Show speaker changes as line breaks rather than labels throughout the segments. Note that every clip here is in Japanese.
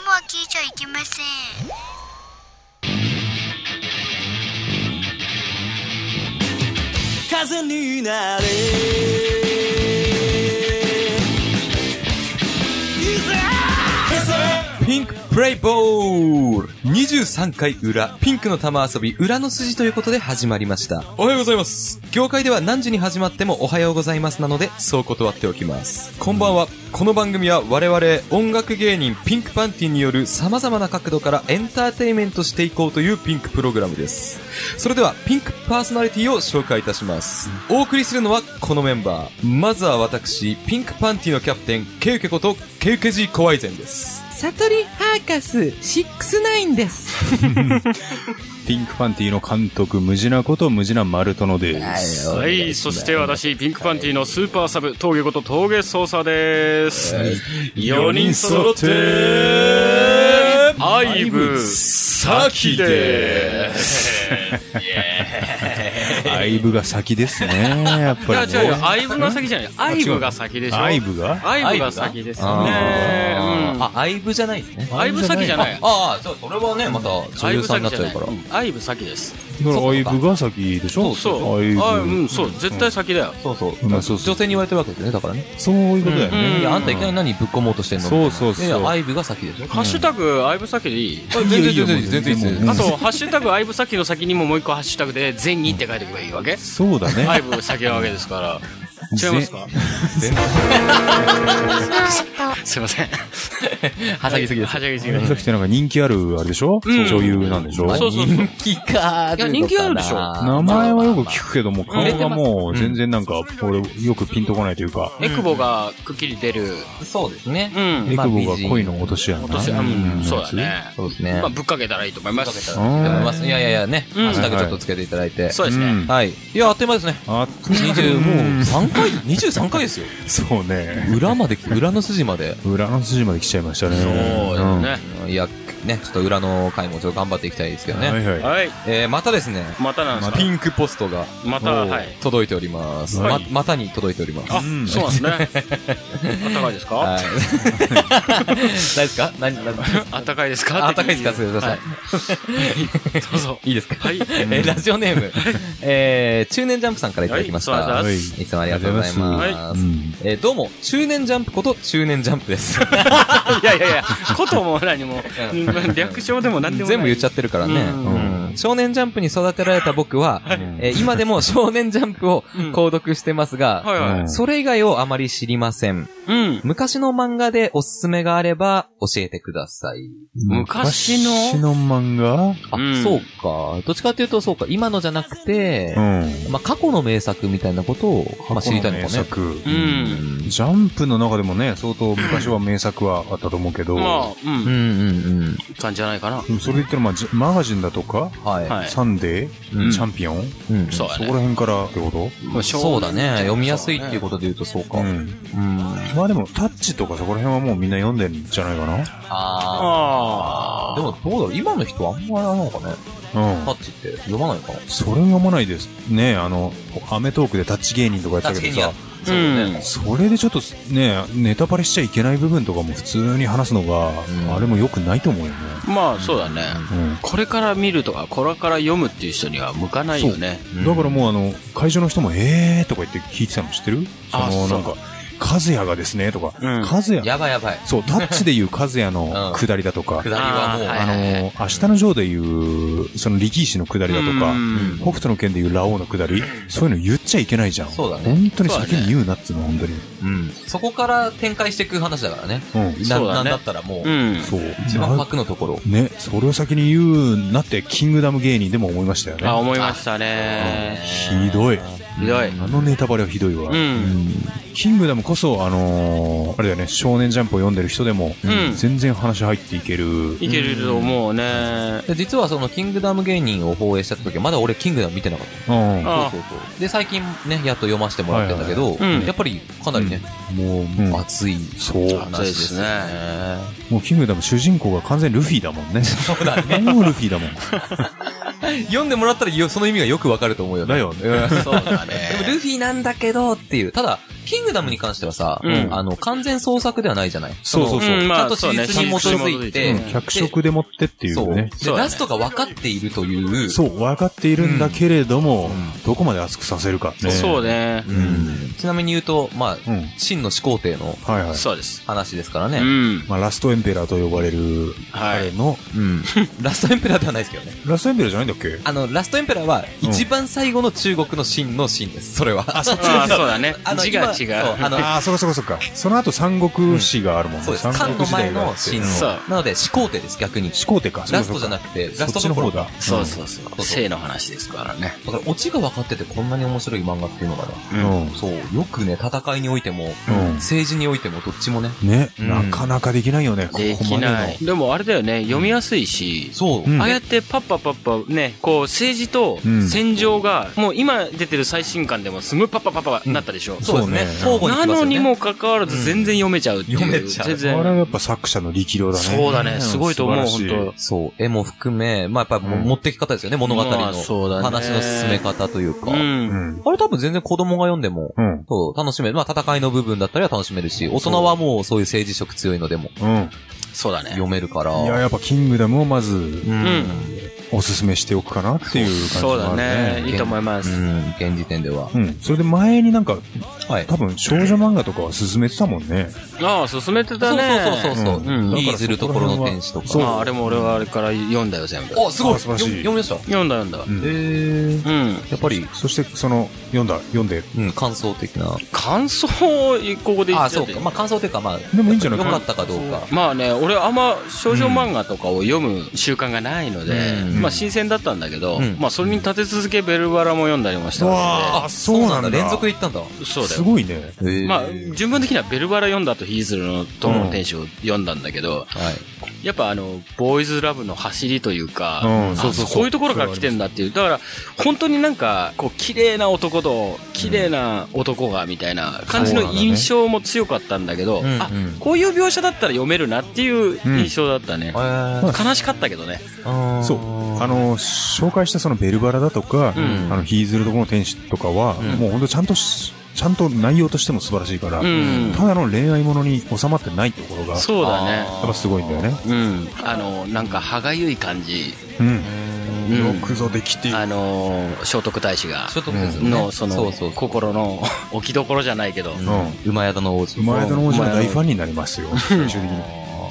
いけません
風になれ
ピンクプレイボール !23 回裏、ピンクの玉遊び、裏の筋ということで始まりました。おはようございます業界では何時に始まってもおはようございますなので、そう断っておきます。こんばんは。この番組は我々音楽芸人ピンクパンティによる様々な角度からエンターテインメントしていこうというピンクプログラムです。それではピンクパーソナリティを紹介いたします。お送りするのはこのメンバー。まずは私、ピンクパンティのキャプテン、ケウケこと、ケウケジーコワイゼンです。
サトリハーカス69です。
ピンクパンティの監督、ムジナことムジナマルトノです。
はい、そして私、ピンクパンティのスーパーサブ、峠こと峠捜査です。4人揃って、アイブ、サキです。
アイブが先ですね。やっ
いや、
ぱり、
違うよ
ね。、
アイブが先じゃない。アイブが先でしょ。
アイブが
アイブが先ですよね。うん
あ、アイブじゃないですね。
アイブ先じゃない。
ああ、そう、それはね、また
ア
女
イ
優
ブ
さんにな
先
っち
じゃ
ゃ
な
う
い
から。。
アイブ先です。
だからアイブが先でしょ
そう。
アイ
あう
ブ。
ん、そう、絶対先だよ。
そうそう。
まあ
女
そうそう
性に言われてるわけですね、だからね。
そういうことだよね。
いや、あんたいきなり何ぶっ込もうとしてんの
そうそうそう
いやいや、アイブが先でしょ。
ハッシュタグ、アイブ先でいい
全然全然全然いいです
うん
あと、ハッシュタグ、アイブ先の先にももう一個ハッシュタグで、善にって書いておけばいいわけ
そうだ
ア
ね。
イブ先なわけですから。違いますか
全然。
すいま せん。
はしゃぎすぎです
はしゃぎすぎ
さっきってなんか人気ある、あれでしょ
ん
女優なんでしょ
そうそうそう。
気か
いや人気あるでしょ
名前はよく聞くけども、顔がもう
出てます
全然なんか、俺よくピンとこないというか、
エクボがくっきり出る。
く。そうですね
う。ん。
エ
まあ
クボが恋の落とし穴。落
今年は、うん、そうだね。
そうですね
まあ、。ぶっかけたらいいと思います。
う
いや
ん。
まあいやいやいやね、
うん
ハッシュタグちょっとつけていただいて。
そうですね。
はい。いや、あっという間ですね。
あっと
20、もう3回、23回ですよ。
そうね。
裏まで、裏の筋まで。
裏の筋まで来ちゃいましたね。そう
そうで
いや、ね、ちょっと裏の回もちょっと頑張っていきたいですけどね。
はいは
すね。
い。
はい。
えーまたですね、
またなんですか
ピンクポストが
また、はい。
届いております。ま
はい、
またに届いております。
あ、そうな んですね。あったかいです
は
か
い。 大丈夫ですか何、何、
あったかいですか
あったかいですかすいません
はいどうぞ。
いいですか
はい
えーラジオネーム、えー中年ジャンプさんからいただきました。
はい
はい
いつもありがとうござい
あ
り
ま
が
す
う。ん
えーどうも、中年ジャンプこと中年ジャンプです。
いやいやいや、ことも何も、略称でも何でもない。
全部言っちゃってるからね。
ん
うん少年ジャンプに育てられた僕は、えー今でも少年ジャンプを
うん
購読してますが、
はいは
う
い
ん。
それ以外をあまり知りません。
うん。
昔の漫画でおすすめがあれば教えてください。
昔の
昔の漫画
あ、
うん
そうか。どっちかっていうとそうか。今のじゃなくて、
うん。
まあ、過去の名作みたいなことを、まあ、知りたいの
名
かね。
作。
う。
うんん。
ジャンプの中でもね、相当昔は名作はあったと思うけど、
まあ、う。
うんうんん
感じじゃないかな。
でもそれ言ったら、まあ、じマガジンだとか、
うん。はい。
はい。
サンデー、
うん
チャンピオン、
うん
そうだ
そ
ね
こら辺からってこと
まあ少
そうだ
年じゃ
ね。
ん
読みやすいっていうことで言うとそうか。うん。
ん。まあでも、タッチとかそこら辺はもうみんな読んでんじゃないか
あ
あ
あ。
あ
で。もどうだろう今の人あんまりあれなのかね。
な
タ
うん。
ッチって読まないかな。
それ読まないです。ねあの、アメトークでタッチ芸人とかやって
タ
た
ッチ
け
系
ど
に
さ
は、。
うん。
それでちょっとね、ネタバレしちゃいけない部分とかも普通に話すのが、
ん
あれも良くないと思うよね。
まあ、そうだね。
うん。
これから見るとか、これから読むっていう人には向かないよね。
だからもうあの、会場の人も、えーとか言って聞いてたの知ってるそ
あ
の、
そ
な
うん
か、和也がですね、とか、
うん
和也、
やばいやばい。
そう、タッチで言う和也の
うん
下りだとか
下り、はもう、
あーは
あ
い
のー、明日のジョーで言う、その力士の下りだとか
う、ん
北斗の剣で言うラオウの下り、そういうの言っちゃいけないじゃん。
そうだね
本当に
そうだね
先に言うなっつうの、本当に。
うん。そこから展開していく話だからね。
うん。
な
そうだね
なんだったらもう、
うん。
そう。
一番幕のところ。
ね、それを先に言うなって、キングダム芸人でも思いましたよね。
あ、思いましたね。
ひどい。
ひどい。
あのネタバレはひどいわ。
うん。
キングダムこそ、あのーあれだよね、少年ジャンプを読んでる人でも、
うん
全然話入っていける。
いけると思うね。
で実はその、キングダム芸人を放映した時は、まだ俺、キングダム見てなかっ
うん。も
た。
あ
そうそうそう。で、最近ね、やっと読ませてもらってんだけど、
いはいはいうん
やっぱり、かなりね、
う、うん
熱い。
そう。
そうですね。
もうキングダム主人公が完全にルフィだもんね。そうだね。もうルフィだもん。
読んでもらったらよその意味がよくわかると思うよね。
だよね。
そうだね。 でもルフィなんだけどっていう。ただ、キングダムに関してはさ、
うん
あの、完全創作ではないじゃない。
そうそうそう
の
うんまあ
ちゃんと史実に基
そうね
づいて
う。
で
脚色でもってってい
そうう。で
ね。
そうだね
ラストが分かっているという。
そう、分かっているんだけれども、どこまで熱くさせるかね。
そうね。
うんちなみに言うと、まあ、
うん。
真の始皇帝の
はいはい。
そうです。
話ですから
う
ね。
ん。
まあ、ラストエンペラーと呼ばれる、
はい
彼の、
うん。ラストエンペラーではないですけどね。
ラストエンペラーじゃないんだっけ
あの、ラストエンペラーは、一番最後の中国の真の真です。それは。あ、そ
ああ、そうだね
あ。の
字が違
今そう
う。
あの、
ああ、そっかそっかそっか。その後、三国史があるもんね。
そうです。
三
漢
国
の
時代
前
があっ
の
て
真の
そう。
なので、始皇帝です、逆に。
始皇帝か。
ラストじゃなくて、ラストどころ
そっちの方だ
そうそうそう。
そう
性の話ですからね。
だから、オチが分かっててこんなに面白い漫画っていうのがね。
うん。
そう、よくね、戦いにおいても、
うん
政治においても、どっちもね。
ね、
うん
なかなかできないよね、ここ
でき
までの。
ない。でもあれだよね、読みやすいし、
そう。
うん
ああやってパッパパッパね、こう政治と
うん
戦場が、もう今出てる最新刊でもすごいパッパパッパになったでしょ。
そうですね。
そう
相
ね
互に来ます
なの
よね
にもかかわらず全然読めちゃうっていう。
うん読めちゃう
全
あれは
然。
やっぱ作者の力量だね。
そうだね
ん
すごいと思う
素晴らしい
本
そう、絵も含め、まあ、やっぱりもう
うん
持ってき方ですよね、物語
まあそうだ
の。
ね
話の進め方というか。
う。
あ
うんん。
れ多分全然子供が読んでも、
うん。
そう、楽しめる。まあ、戦いの部分だったりは楽しめるし、大人はもうそういう政治色強いのでも
うん。
そうだね。
読めるから。
いや、やっぱキングダムをまず、
うん。う
うんん。
おすすめしておくかなっていう感じ
そう
も
だ
ある
ね。
ね。
いいと思います。
現時点では。
うん。それで前になんか、
はい。
多分少女漫画とかは進めてたもんね。
ああ、進めてたね。
そうそうそうそう。
うん
うん
いいずるところの天使とか。
そう
まあ、あれも俺はあれから読んだよ、全部。
あ、すごい
あ素晴らしい
読みました。
読んだ読んだ。
うん
え
うん。
やっぱり、
そして、その、読んだ、読んで。
うん、感想的な。
感想をここで言
あ、
っちゃ
そ
っ
う
て
か。まあ、感想というか、まあ、
でもいいんじゃない
良かったかどうか。
まあね、俺あんま少女漫画とかを読む習慣がないので、
うん
まあ新鮮だったんだけど、
うん
まあそれに立て続けベルバラも読んだりもしたの
わあ、そうなんだ。
連続で行ったんだ。
で、そうだ
す
よ。
ごいね。
へえ
まあ、順番的にはベルバラ読んだ後、ヒーズルの塔の天使を読んだんだけど、
はい。
やっぱあの、ボーイズラブの走りというか、
うん
あ
そうそうそう
こういうところから来てんだっていう。だから、本当になんか、こう、綺麗な男と、綺麗な男が、みたいな感じ
そう
の
だね
印象も強かったんだけど、
うんうん
あ、こういう描写だったら読めるなっていう印象だったね。
え
悲しかったけどね。
ー
そう。あの、紹介したそのベルバラだとか、
うん
あの、ヒーズルとこの天使とかは、
ん
もうほんとちゃんとし、ちゃんと内容としても素晴らしいから、
うん。
ただの恋愛ものに収まってないところが、やっ
そうだね。
ぱすごいんだよね。
うん。あの、なんか歯がゆい感じ。
うん。
うん
よくぞできている
あの、聖徳太子が
ちょ。っとですよね
の、その、
そうそうそう。
心の置きどころじゃないけど。
うん。
馬宿の王子。
前田の王子の大ファンになりますよ、最終的に。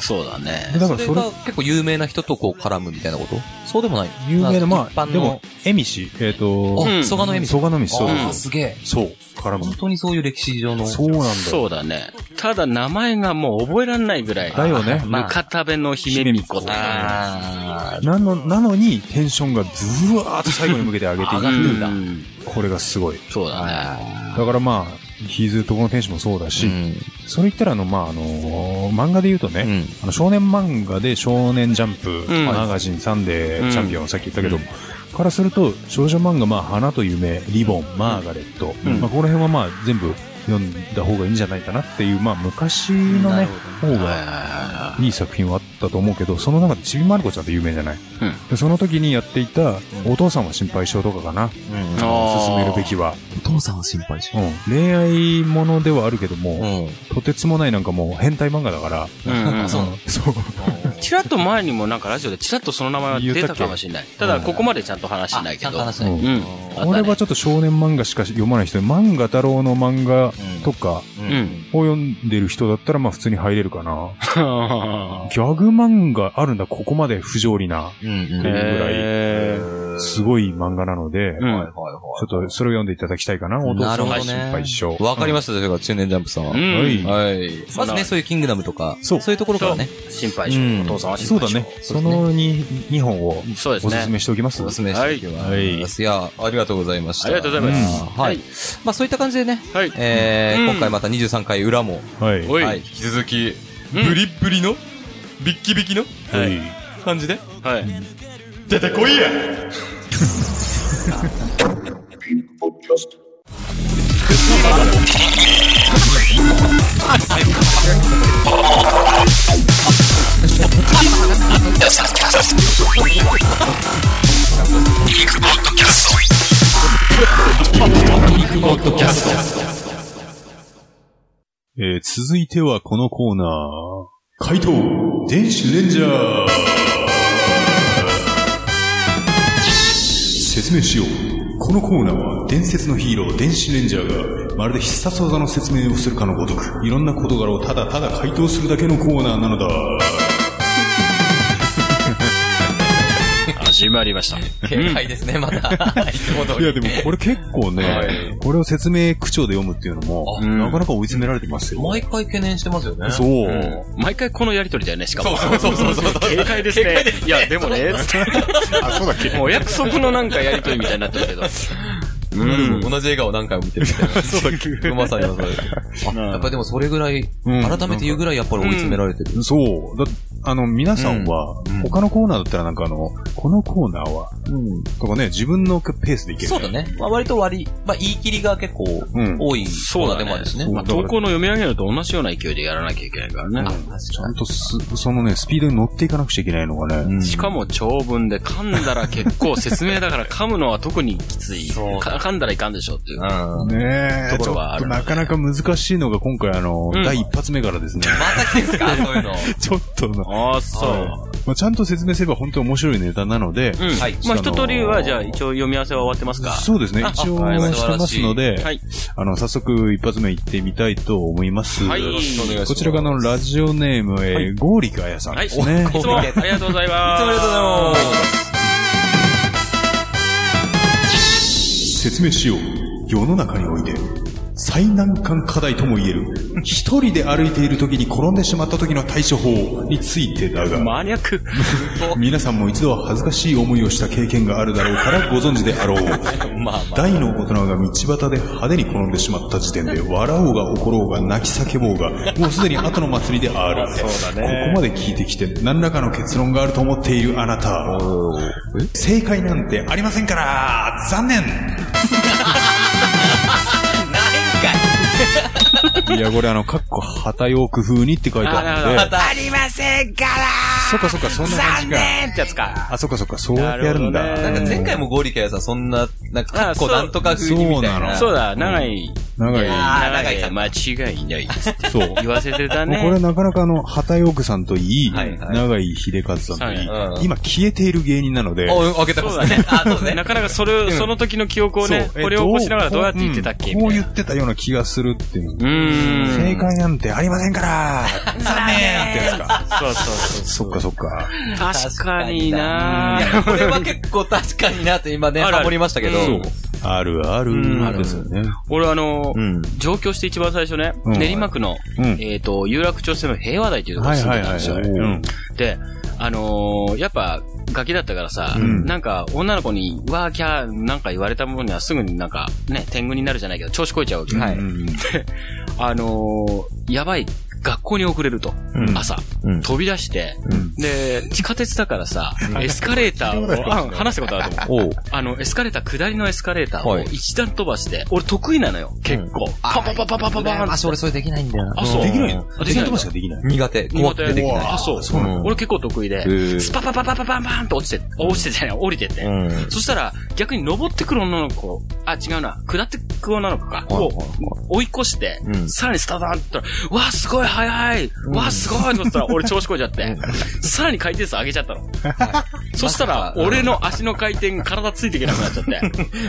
そうだね。
でだ
そ
から
れ
それ
が、結構有名な人とこう絡むみたいなことそうでもない。
有名な、ま
一
あ、
般
でも
の。、
エミシ、えっと、
あ、
うん
蘇我の恵美
蘇我のミシ、そ
あ
うそ
ー
う
すげえ。
そう。からも
本。当にそういう歴史上の。
そうなんだよ。
そうだね。ただ名前がもう覚えられないぐらい。
だよね
ぬかたべの姫巫女とか。
あ
なの、なのに、テンションがブワーッと最後に向けて上げてい
うん
く。これがすごい。
そうだね。
だからまあ、ヒーズーとこの天使もそうだ
ーう
し、
ん。
それ言ったらあの、まあ、あのー漫画で言うとね、
うん
あの少年漫画で少年ジャンプ、
うん
マガジンサンデ
う
ー、
ん
チャンピオン、さっき言ったけど、からすると、少女漫画、まあ、花と夢、リボン、マーガレット、
うん
まあ、この辺はまあ、全部読んだ方がいいんじゃないかなっていう、まあ、昔の
な
ね
る、ほ
方
はいはい
が
はい
い作品はあったと思うけど、その中でちびまる子ちゃんって有名じゃない、でその時にやっていた、お父さんは心配性とかかな、
うん
あー
進めるべきは、
お父さんは心配し
う
うん
恋愛ものではあるけども、
ん。
とてつもないなんかもう変態漫画だから、
うんうん
そう
そう。
チラッと前にもなんかラジオでチラッとその名前は出たかもしれない。ただここまでちゃんと話してないけ
あちゃんと
ど。
話しない。
う
うんん。
これはちょっと少年漫画しか読まない人で、漫画太郎の漫画とか
うん
うん。
を読んでる人だったら、まあ普通に入れるかな。
あ
ギャグ漫画あるんだ、ここまで不条理な、
うん
っ
う
て
ん。
いうぐらい
へ
すごい漫画なので、
う
ち
ん
はいはいはい。
ょっとそれを読んでいただきたいかな、お父さ
なる
ん
ほ
は
ど
心
ね
配性。。
わかりました、それが中年ジャンプさんは。
うん
はい
はい。まずね、そういうキングダムとか、
そ
そうういうところからね、
心配性。お父さんは
そ
心
うだ
配性。
ね。その2本を
そうで
お
す
すす
ね。
めしておきます。
おすすめしていきます。いや、ありがとうございました。
ありがとうございます。
うんはい。まあそういった感じでね、
はい。
え
うん
ー今回また23回裏も、
はい。
おい。
は、
はいい
引。き続き、
うん
ブリッブリの、ビッキビキの
はい
感じで、
出てこいや
Podcast.
続いてはこのコーナー。怪盗電子レンジャー説明しよう。このコーナーは伝説のヒーロー電子レンジャーがまるで必殺技の説明をするかのごとくいろんな事柄をただただ回答するだけのコーナーなのだ。
始まりました。
警戒ですね、ま た。いつも通
い
り。
やでもこれ結構ね、
はい
これを説明口調で読むっていうのも、
うん
なかなか追い詰められてますよ。
毎回懸念してますよね。
そう。
毎回このやりとりだよね、しかも。
そうそうそうそう。
警戒ですね。いや、でもね、
あ、そうだっけ
もうお約束のなんかやりとりみたいになってるけど。
うん、同じ映画を何回も見てるみたいな。そうだけまさにそうです。あやっぱりでもそれぐらい、
うん
改めて言うぐらいやっぱり追い詰められてる。
そう。だあの、皆さんは、
うん
他のコーナーだったらなんかあの、このコーナーは、
うん
とかね、自分のペースでいける。
そうだね。まあ割と割り、まあ言い切りが結構
うん
多い
そ
コ
う
ーナー
だね
でもあるしね。
まあ、
だから
投稿の読み上げると同じような勢いでやらなきゃいけないからね。
ちゃんとす、そのね、スピードに乗っていかなくちゃいけないのがね。
しかも長文で噛んだら結構説明だから噛むのは特にきつい。
そう
か噛んだらいかんでしょっていう。
うん。
ねえ、
とこ
ちょ
ろ
っ
はあ
と
る
なかなか難しいのが今回あの、
うん
第一発目からですね。
また来てんすかそういうの。
ちょっとな、
ああ、そう。
まあ、ちゃんと説明すれば本当に面白いネタなので、
うん。
はい
まあ一通りはじゃあ一応読み合わせは終わってますか
そうですね、
あ
一応
あはい
してますので、
はい。
あの、早速一発目行ってみたいと思います。
はい。
こちらがあの、ラジオネーム、えーゴーリカヤさん
は
で
い。い
すね。
つもありがとうございます。いつもありがとうございま す。
説明しよう世の中において最難関課題ともいえる一人で歩いている時に転んでしまった時の対処法についてだが、
マニアック。
皆さんも一度は恥ずかしい思いをした経験があるだろうからご存知であろう
まあまあ。
大の大人が道端で派手に転んでしまった時点で笑おうが怒ろうが泣き叫ぼうが もうすでに後の祭りであるここまで聞いてきて何らかの結論があると思っているあなた正解なんてありませんから 残念いや、これあの、かっこ、はたよく風にって書いてあるんで。
あ
りませんからそっかそっか、そんな感じか。
ってやつか。
あ、そっかそっか、そうやってやるんだ。
なるほ
な
どね
んか前回もゴーリケやさ、そんな、なんか、かっこ
あそう
なんとか風にみたいな。
そうだ、長い。
長い。
やー
長
長井さ
い。
ん
間違いない。
そう。
言わせてた ね。
これなかなかあの、はたよくさんといい、
はいはい
長井秀和さんといい、
はいうん
今消えている芸人なので、
お、開けてますね。あ、 そうね
な。かなかそれ、その時の記憶をね、
そう
これを起こしながらどうやって言ってたっ
う
け
んこう
みたい
言
な
ってたような気がするっていう。
うーん。
正解なんてありません から残念ってやつか。
そうそ
そ
う
っかそっか。
そう。確かにな
うんこれは結構確かになって今ね、
あるある
ハモりましたけど。
うん
あるあ
ん
るですよね。
俺あのー
ん。
上京して一番最初ね、
うん
練馬区の、
うん
えっ、と、有楽町線の平和台というところ
は
に
い
住ん
はい
でたん
は
です
い
よ。
はい。うん
で、あのーやっぱ、ガキだったからさ、
ん
なんか、女の子に、わーキャーなんか言われたものにはすぐになんか、ね、天狗になるじゃないけど、調子こいちゃうわけ。
はい
うん
あのーやばい、学校に遅れると、
うん
朝、
うん
飛び出して、
うん
で、地下鉄だからさ、エスカレーターを、あ話したことあると思う。
おう。
あの、エスカレーター、下りのエスカレーターを
はい
一段飛ばして、俺得意なのよ、結構。パパパパパパパーン
足俺それできないんだよ。
あそう
できないの
あできない
飛ばしかできない。
苦手。怖くてできない。
あ、そう。
そうなの
俺結構得意で、スパパパパパパンパンと落ちて、落ちてじゃない、降りてって。
うん。
そしたら、逆に登ってくる女の子、あ、違うな、下ってく女の子か、を追い越して、
うん
さらにスタートって言ったら、わあ、すごい、早い、わあ、すごい、って思ったら、俺調子こいちゃって、さらに回転数上げちゃ ったの。そしたら、俺の足の回転、体ついていけなくなっちゃって。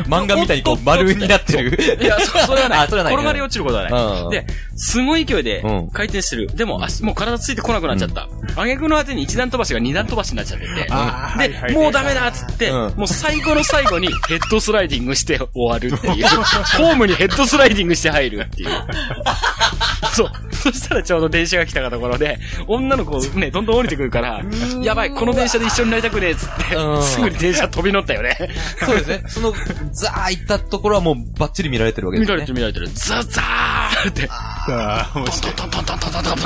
漫画みたいにこう丸になってる。
いや、そ、それはな
あ
い。
それはない
転がり落ちることはない。
うん
で、すごい勢いで
うん
回転してる。でも足、もう体ついてこなくなっちゃった。挙句の果てに一段飛ばしが二段飛ばしになっちゃってて。で、もうダメだっつって、
うん
もう最後の最後にヘッドスライディングして終わるっていう。ホームにヘッドスライディングして入るっていう。そう。そしたらちょうど電車が来たところで、女の子ね、どんどん降りてくるから、やばい、この電車で一緒になりたくねえっつって
う、ん
すぐに電車飛び乗ったよね。
そうですね。その、ザー行ったところはもうバッチリ見られてるわけで
見
すね。
られてる見られてる。ザザーって。
あー面白い
トントントントントントント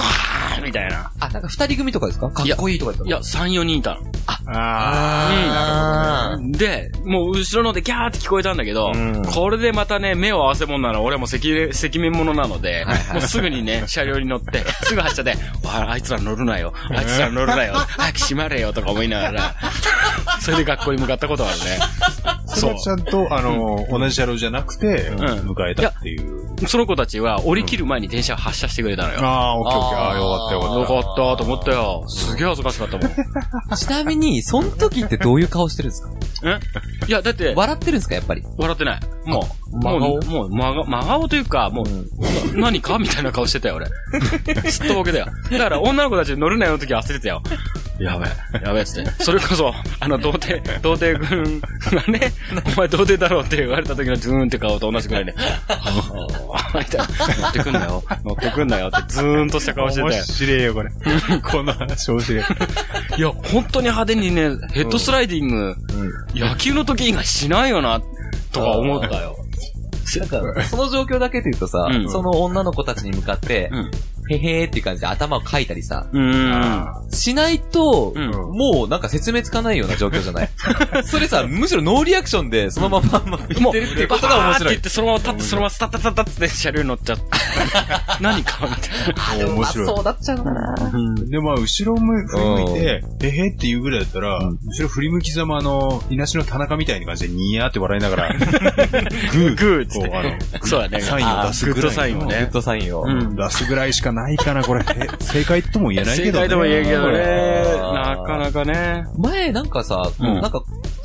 ンみたいな。
あ、なんか二人組とかですかかっこいいとか言った
いや、3、4人いた
あ
あ
の。で、もう後ろのでギャーって聞こえたんだけど、
うん
これでまたね、目を合わせもんなら俺はもう赤れ赤面者なので、もうすぐにね、車両に乗って、すぐ発車で、わあ、あいつら乗るなよ、あいつら乗るなよ、早く閉まれよとか思いながら、それで学校に向かったことはあるね。
ーそれはちゃんと、あのー、同じ車両じゃなくて、
ん
迎えたっていう。
その子たちは降り切る前に電車を発車してくれたのよ。
ああ、オッケーオッケー。ああ、よかったよかった。
よかったと思ったよ。すげえ恥ずかしかったもん。
ちなみに、その時ってどういう顔してるんですか
いや、だって、
笑ってるんですか、やっぱり。
笑ってない。もう、もう、もう、真顔真顔というか、もう、何かみたいな顔してたよ、俺。すっとぼけだよ。だから、女の子たちに乗るなよの時は焦ってたよ。やべえ、やべえっつって。それこそ、あの、童貞、童貞くんがね、お前童貞だろうって言われた時のズーンって顔と同じくらいで、あみたいな乗ってくんなよ、乗ってくんなよってズーンとした顔してたよ
面。白いよ、これ。この話面白い。
いや、本当に派手にね、ヘッドスライディング、野球の時以外しないよな、とか思ったよ。
なんか、 その状況だけで言うとさ、
うん
その女の子たちに向かって、
うん
へへーっていう感じで頭をかいたりさ、
うん。
しないと、
うん
もうなんか説明つかないような状況じゃ ない。それさ、むしろノーリアクションでそのまままんま言
も
っ
う、
てるってことが面
バーって
白
言
い
っ。て、そのまま立って、そのままスタッタッタッタッって車両に乗っちゃって。 何かみたいな。
面白い。そうだっちゃうなで、まあ、後ろ向いて、えへっていうぐらいだったら、後ろ振り向きざまの、いなしの田中みたいな感じで、にやーって笑いながら、グー、
グーっつっ
こうあの
て。そうだね。
サインを出すぐらいの
グッドサインを
ネ
ね
ッ。トサインを。
うん
出すぐらいしかないかな、こ れ。え正解とも言えないけど
正
ね。
解とも言えるけどね。
あー
なかなかね。
前なんかさ、
うん
なんか、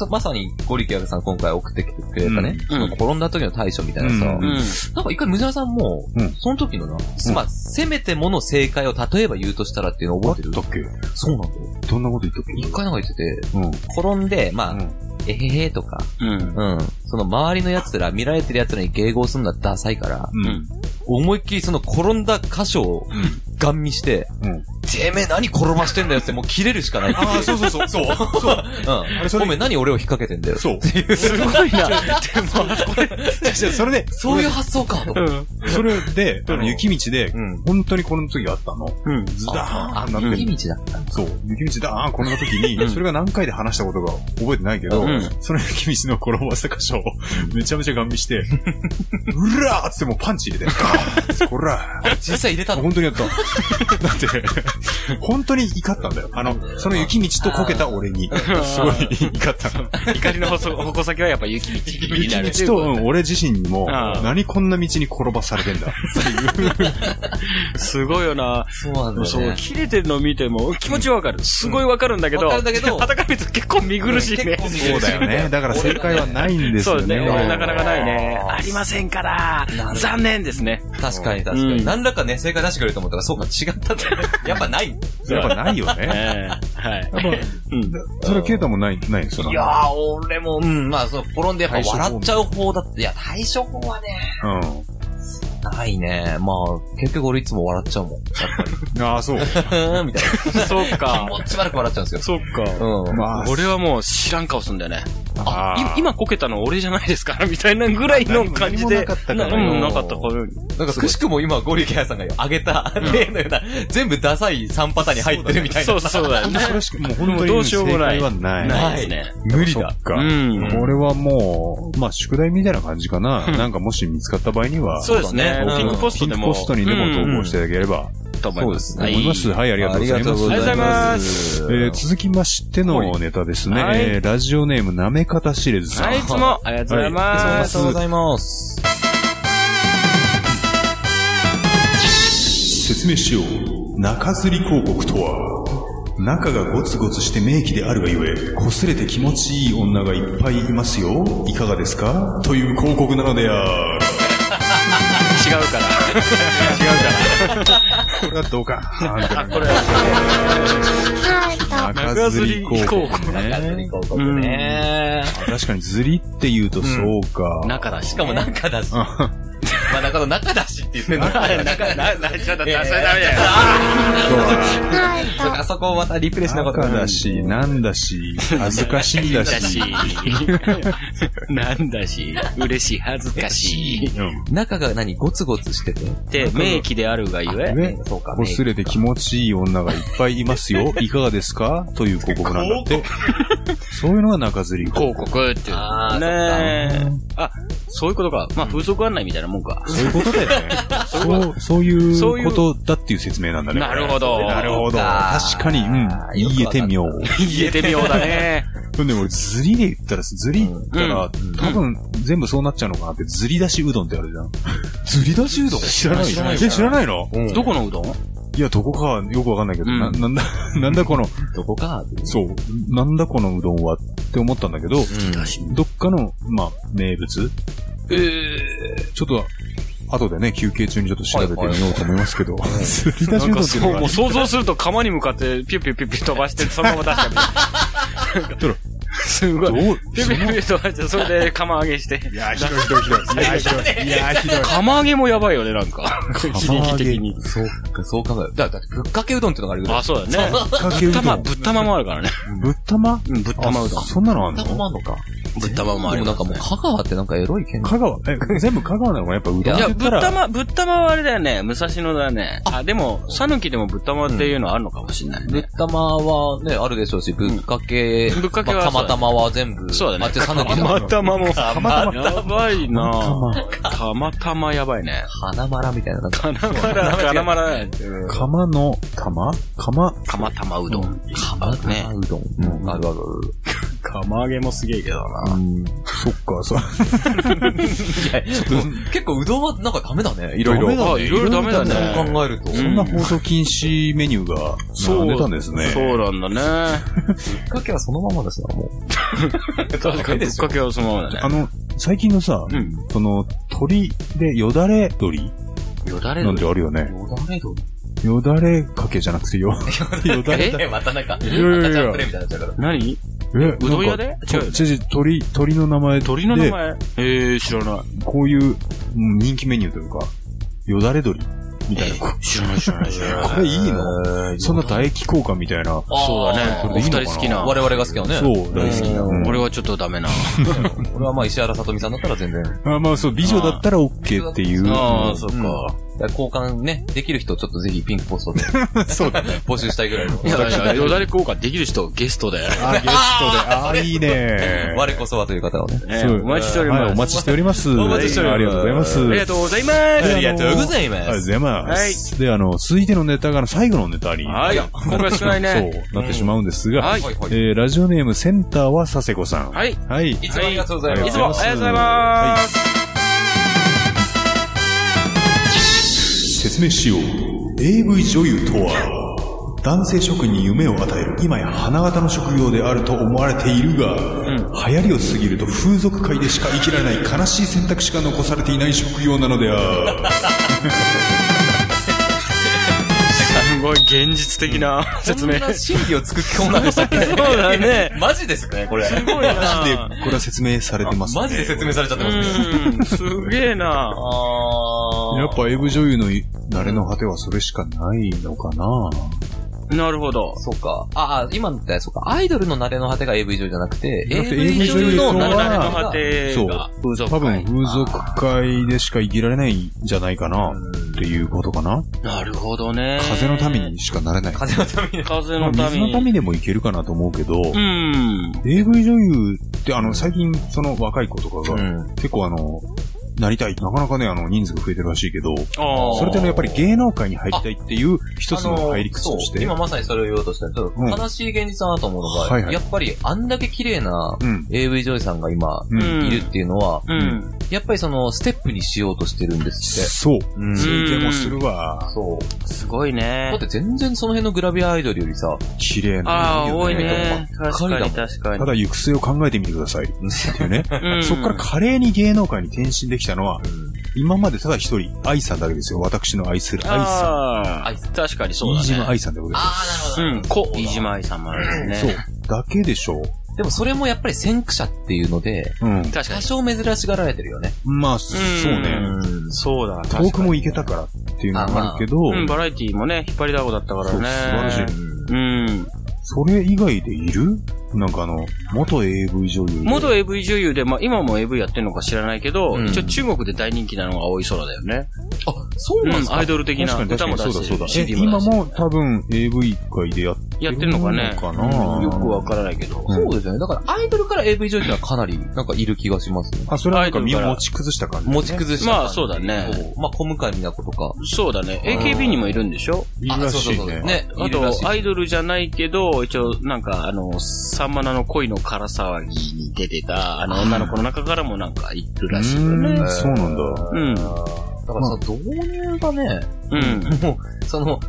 まさにゴリキャルさん今回送ってきてくれたね、
うん
なんか転んだ時の対処みたいなさ、
うん
うん。
なんか一回ムジャラさんも、
うん
その時のな、まあ、せめてもの正解を例えば言うとしたらっていうの覚えてる
だっけ
そうなんだよ。
どんなこと言ったっけ
一回なんか言ってて、
うん。
転んで、まあ、
うん
えへへとか、
うん。
うん。その周りの奴ら、見られてる奴らに迎合するのはダサいから、
うん。
思いっきりその転んだ箇所を、ガン見して、
うん
てめえ何転ばしてんだよってもう切れるしかない。
ああ、そうそうそう。そう。
うん。
それ
おめえ何俺を引っ掛けてんだよ。
そう。
すごい
じ
な。
ゃあそれで、
そういう発想かと思って。
それで、あの雪道で、
ん。
本当にこの時あったの。
うん。
ズダ
あ
ーンな、って、
雪道だった。
そう、雪道だーン転んだ時に、それが何回で話したことが覚えてないけど、
うん
その雪道の転ばした箇所をめちゃめちゃガン見 して、うらーっつってもうパンチ入れて、ガーッつってこらー
実際入れたの
本当にやった。だ って、本当に怒ったんだよ。あの、その雪道とこけた俺に、すごい怒ったの。
怒りの矛先はやっぱ雪道になる。
雪道と、うん俺自身にも、
あー
何こんな道に転ばされてん だ。
すごいよな。
そうなんだよ
そう、
ね。
切れてるの見ても気持ちわかる。すごいわかるんだけど。
わかるんだけど
戦見ると結構見苦しいね
うん。結構
そうだよね。だから正解はないんです
そ
よ
う
ね。
だね。俺なかなかないね。
あー
ありませんから、残念ですね。
確かに確か
うん
に。何らかね、正解出してくれると思ったら、そうか、違ったんだよね。 やっぱない。
やっぱないよね。
ええはい。
やっぱ、それはケイタもない、ないその。
いやー、俺も、うん、まあ、その、転んでやっぱ
対処法
笑っちゃう方だって、いや、対処法はね、
う
ないね。まあ、結局俺いつも笑っちゃうもん。
ん。ああ、そう。
やっぱりみたい
そう
な。
か。
もうしばらく笑っちゃうんですよ。
そうか。
うん。
まあ、
俺はもう知らん顔すんだよね。
あ
い今こけたの俺じゃないですから、みたいなぐらいの感じで。
何もなかったから
なうん、なかったから。
なんか、くしくも今、ゴリケアさんが挙げた、例のような、全部ダサい3パターンに入ってるみたいな。
そうそうだよね。
それしか、もう本当に
どうしようもない
正解はない。
ないですね。
無理だ。
う
か。
ん。
俺はもう、まあ、宿題みたいな感じかな。なんかもし見つかった場合には、
そうですね
そうだ。ね
ピンクポス
ピ
ト
ン
で
ク
も。
ポストにでも投
うん
稿していただければ、
と思います。
思います。
はい
はい、ありがとうございます。
ありがとうございます
えー続きましてのネタですね。
はい
えーラジオネーム、なめかたしれずさん。
はい、いつもありがとうござい
あり
ま
が
す
とう。ございます。
説明しよう中吊り広告とは中がゴツゴツして名器であるがゆえ擦れて気持ちいい女がいっぱいいますよいかがですかという広告なのである
違うから。
これはどうか あこれ中
中
吊
吊
り
り
広
広
告
告
ね
広告ね。
確かに吊りって言うとそうか、
中だし。
しかも、中だし。まあ、中の中だしって言ってんの。
中、な、な、ちょっと、
いやいや
それダメだよ。
あそこをまたリプレイしなかった。
中だし、なんだし、恥ずかしいんだ
だ
し
し。なんだし、嬉しい、恥ずかしい。
うん
中が何ゴツゴツしてて。
で、名器であるがゆえ、
ね
そうか。
擦れて気持ちいい女がいっぱいいます よ。いかがですかという広告なんだって。そういうのが中吊り
広告っていう。
あー
ねえ。あ、そういうことか。まあ、風俗案内みたいなもんか。
そういうことだよね。 そう、そういうことだっていう説明なんだね。
なるほど
なるほど。確かに、うん。言えてみよう。
言えてみようだね。
でも俺、ずりで言ったらさ、ずりから、多分、全部そうなっちゃうのかなって、ずり出しうどんってあるじゃん。ずり出しうどん知らない
知らない
え、知らないの
どこのうどん
いや、どこかよくわかんないけど、
うん
な、なんだ、 なんだこの、
どこかって
そう、なんだこのうどんはって思ったんだけど、どっかの、まあ、名物ちょっと、後でね、休憩中にちょっと調べてみようと思いますけ ど、すり出
な
し
ん
うどん
か
ってい
そうう、
の
も
が
う、想像すると釜に向かってピュピュピュピュ飛ばして、そ のまま出してみ
どれ
た。 すごい。
どう、
ピュピュピュ飛ばして、それで釜揚げして。
いや、ひどいひどいひどい。いや、ひどい。いや、ひどい。
釜揚げもやばいよね、なんか。一撃的に。
そうか、そう考える。だ、だって、ぶっかけうどんってのがあるぐらい。
あ、そうだね。
かけ
ぶ
う
っ
ど
玉、
ん。
ぶっ玉もあるからね。
ぶったま
うん、ぶっ玉うどん。
そんなのあん
ぶったま
の
もあんのか。
ぶっ玉もあ
で
る
もなんかもう、香川ってなんかエロい県
香川、え、全部香川なのかなやっぱうどんって
いや、
言っ
ぶ
た
っ
ら、
玉、ぶっ玉はあれだよね。武蔵野だね。あ、でも、さぬきでもぶっ玉っていうのはあるのかもしれない
ぶっ
ね。
玉はね、あるでしょうし、ぶっかけ、
うんぶっかけ
ま
は
あ、
そう
釜玉は全部。
そうだね
あっちさぬきだ。
またまも。た
ま
やばいなたまたまやばいね。
花まらみたいな、なんか。
かなまら、かなまらだよね。
釜の玉釜
かまたまうどん。か
釜
ね
玉うどん。
うん
あるある
釜揚げもすげえけどな。
うん、そっか、そう。
ある。結構うどんはなんかダメだね。いろいろ。
ダメだ
あ、いろいろダメだね。
そう考えると。
う
そ
ん
んな放送禁止メニューが並んでたんですね。
そうなんだね。
ぶっかけはそのままだしな、も
確かにぶっかけはそのままだ
あ
ね。
の、最近のさ、
うん。
その、鳥でよだれ鳥
よだれ
なん
の。
てあるよね。
う。よだれどん。
よだれかけじゃなくてよ。よだれ。
え
またなんか、
いやいやいや
赤ちゃんプレイみたいになっちゃうから。
何
え、う
うどん屋で違うよね
違う違う、鳥、鳥の名前で、
鳥の名前えー、知らない。
こういううん人気メニューというか、よだれ鳥みたいな。こ
知らない、知らない、知 らない。
れいいのそんな唾液交換みたいな。
そうだね。
こ
お
れで
二
いいのかな
人好きな。
我々が好きなのね。
そう、大好きな。うん
俺はちょっとダメな。
俺はまあ石原さとみさんだったら全然。
あまあそう、美女だったら OK っていう。
ああ、そっ
うん
か。
だから交換ね、できる人ちょっとぜひピンクポストで
そうだね。
募集したいぐらいの。
いやいや、よだれ効果できる人、ゲストで。
あ、ゲストで。ああ、いいね。
我こそはという方をね。
ね
そう
お待ちしており
はい、
ま
お
す。
待ちしております。お
待ちしております
ありがとうございます。
ありがとうございます。
ありがとうござ
いま
ありがとうございます。で、あの、続いてのネタがあの最後のネタに。
はい。
なっ
今回少ないね。
そう、なってしまうんですが、
はい。
はい
えーラジオネームセンターは佐世子さん。
はい。
はい。
いつもありがとうござい
い
ま
つ
す。
もありがとうございます。
説明しよう AV 女優とは男性職人に夢を与える今や花形の職業であると思われているが、流行りを過ぎると風俗界でしか生きられない悲しい選択しか残されていない職業なのである
すごい現実的な 説明。
こんな心理を作ってこんなんでしたっけそう
だね。
マジですね、これ。
すごいな
でこれは説明されてますね
マジで説明されちゃってますね。
うん、すげえな
あ
やっぱ AV 女優の慣れの果てはそれしかないのかな
なるほど。
そうか。ああ、今みたいな、そうか。アイドルの慣れの果てが AV 女優じゃなくて、
だって
AV 女優の
そ
な
う
る
慣れの
ほど。
果て。
てが風俗
多分
界
風俗界でしか生きられないんじゃないかなっていうことかな
なるほどね。
風の民にしかなれない
風のために。
風
ま
の
あ
民。
水の民でもいけるかなと思うけど、
うん。
AV 女優って、あの、最近、その若い子とか
う
が、
ん。
結構あの、なりたい。なかなかね、あの、人数が増えてるらしいけど、
ああ。
それでね、やっぱり芸能界に入りたいっていう一つの入り口
そう
として、
今まさにそれを言おうとしたけど、
うん
悲しい現実だなと思うのが、
はいはい
やっぱりあんだけ綺麗な
うん
AV 女優さんが今、
うん
うん
いるっていうのは、
うん。
やっぱりその、ステップにしようとしてるんです
そう。
って。うん
そういう気もするわ。
そう。
すごい
だ
ね
っ。て全然その辺のグラビアアイドルよりさ、
綺麗な。
ああ、多いね。
ばっ
確
かりだ
か
も
に
ん
確かに
た。だ、行く末を考えてみてください。っていうね。
うん
そっから華麗に芸能界に転身できたのは、今までただ一人、愛さんだけですよ。私の愛する愛さ
ああ
愛さ
確かに
ん。
そうだ
飯
ね。
島愛さんでございま。
うん、こ、飯島愛さんもあるんです
そ
す
う
ね。。
だけでしょう。
でもそれもやっぱり先駆者っていうので、
うん。
確か
多少珍しがられてるよね。
まあ、そうね。
に。そうだ、
遠くも行けたからっていうのもあるけど、
うん、バラエティもね、引っ張りだこだったからね。
そう素晴らしい。
うん。
それ以外でいるなんかあの、元 AV 女優。
元 AV 女優で、まあ今も AV やってるのか知らないけど、
うん
一応中国で大人気なのが青い空だよね。
あ、そう
う
なんです
ん、
か、
アイドル的
確
な
かに確
歌
か
も
に
出
そうだ
し
そう
て
だ
る。
え、
し
今も多分 AV 界でやっ
やってるのかね。
かな
よくわからないけど、そうですよね。だから、アイドルから AV 女優ってのはかなり、なんかいる気がしますね。
あ、それはなんか身を持ち崩した感じ。
持ち崩した感じ。
まあそうだね
そう。まあ、小向井美奈子とか。
そうだね。AKB にもいるんでしょ
いる
あ
ら
そうそ
し
う
い
そう
ね。
ね。
あ
いるらしい
と、アイドルじゃないけど、一応、なんか、あの、サンマナの恋の空騒ぎに出てた、あの、女の子の中からもなんかいるらしいよ
う
ね。
んそうなんだ。
うん。
だからさ、導入がね、
うん。
もう、その、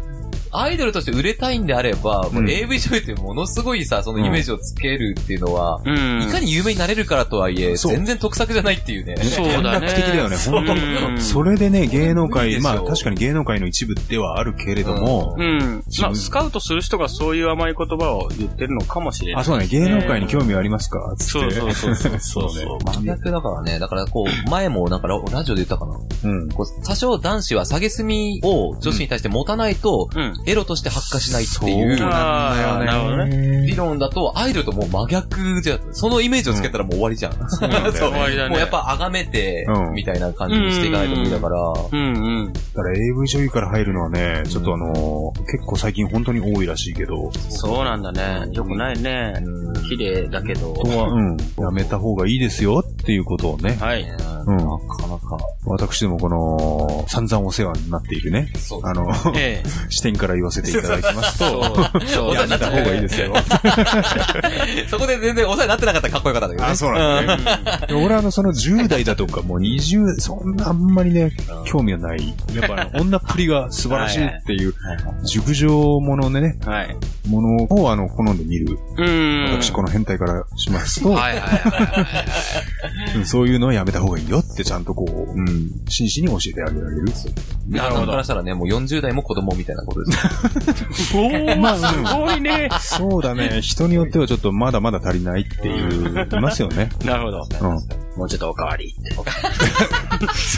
アイドルとして売れたいんであれば、もううん AV 女優ってものすごいさ、そのイメージをつけるっていうのは、
うん。
いかに有名になれるからとはいえ、
そう
全然得策じゃないっていうね。
そうだね。
短絡的だよね本当
うん
それでね、芸能
いい
界、
でしょ
まあ確かに芸能界の一部ではあるけれども
う、ん。まあ、スカウトする人がそういう甘い言葉を言ってるのかもしれな
あ、
い。
そうだね、芸能界に興味はありますかつっ
そう
て。
そうそうそう。そ う
そうね
そう。
真逆だからね。だからこう、前もなんかララジオで言ったかな。
うん。
こう、多少男子は下げすみを女子に対して持たないと、
うん。
エロとして発火しないっていう。
そうなんだよね。
あーなるほど
ね
理論だと、アイドルともう真逆じゃん、そのイメージをつけたらもう終わりじゃん。そう
なんだよね
終わりだね
もうやっぱ崇めて、
うん
みたいな感じにしていかないと無理だから、
うんうん。
だから AV 女優から入るのはね、ちょっとあのー、結構最近本当に多いらしいけど、
そうなんだね。よくないね。綺麗だけど。
とは、うん、やめた方がいいですよっていうことをね、
はい。
うん、
なかなか。
私どもこの、散々お世話になっているね、
そう
あの、
ええ。
視点から言わせていただきますと、
そう。そう。
やめた方がいいですよ。
そこで全然抑えになってなかったらかっこよかったんだけどね。
あ、そうなんだね。で俺はあの、その10代だとか、もう20、そんなあんまりね、興味はない。やっぱあの、女っぷりが素晴らしいっていう、熟女ものでね、
はい。
ものをあの、好んで見る。
うん。
私、この変態からしますと、
はいはいはい。
うんそういうのはやめた方がいいよってちゃんとこう、うん、真摯に教えてあげられる。
なるほど。からしたらね、もう40代も子供みたいなこと ですね。
おー、
まあうん
すごいね。
そうだね。人によってはちょっとまだまだ足りないっていう、いますよね。
なるほど。
うん。うん
もうちょっとおかわり。
そう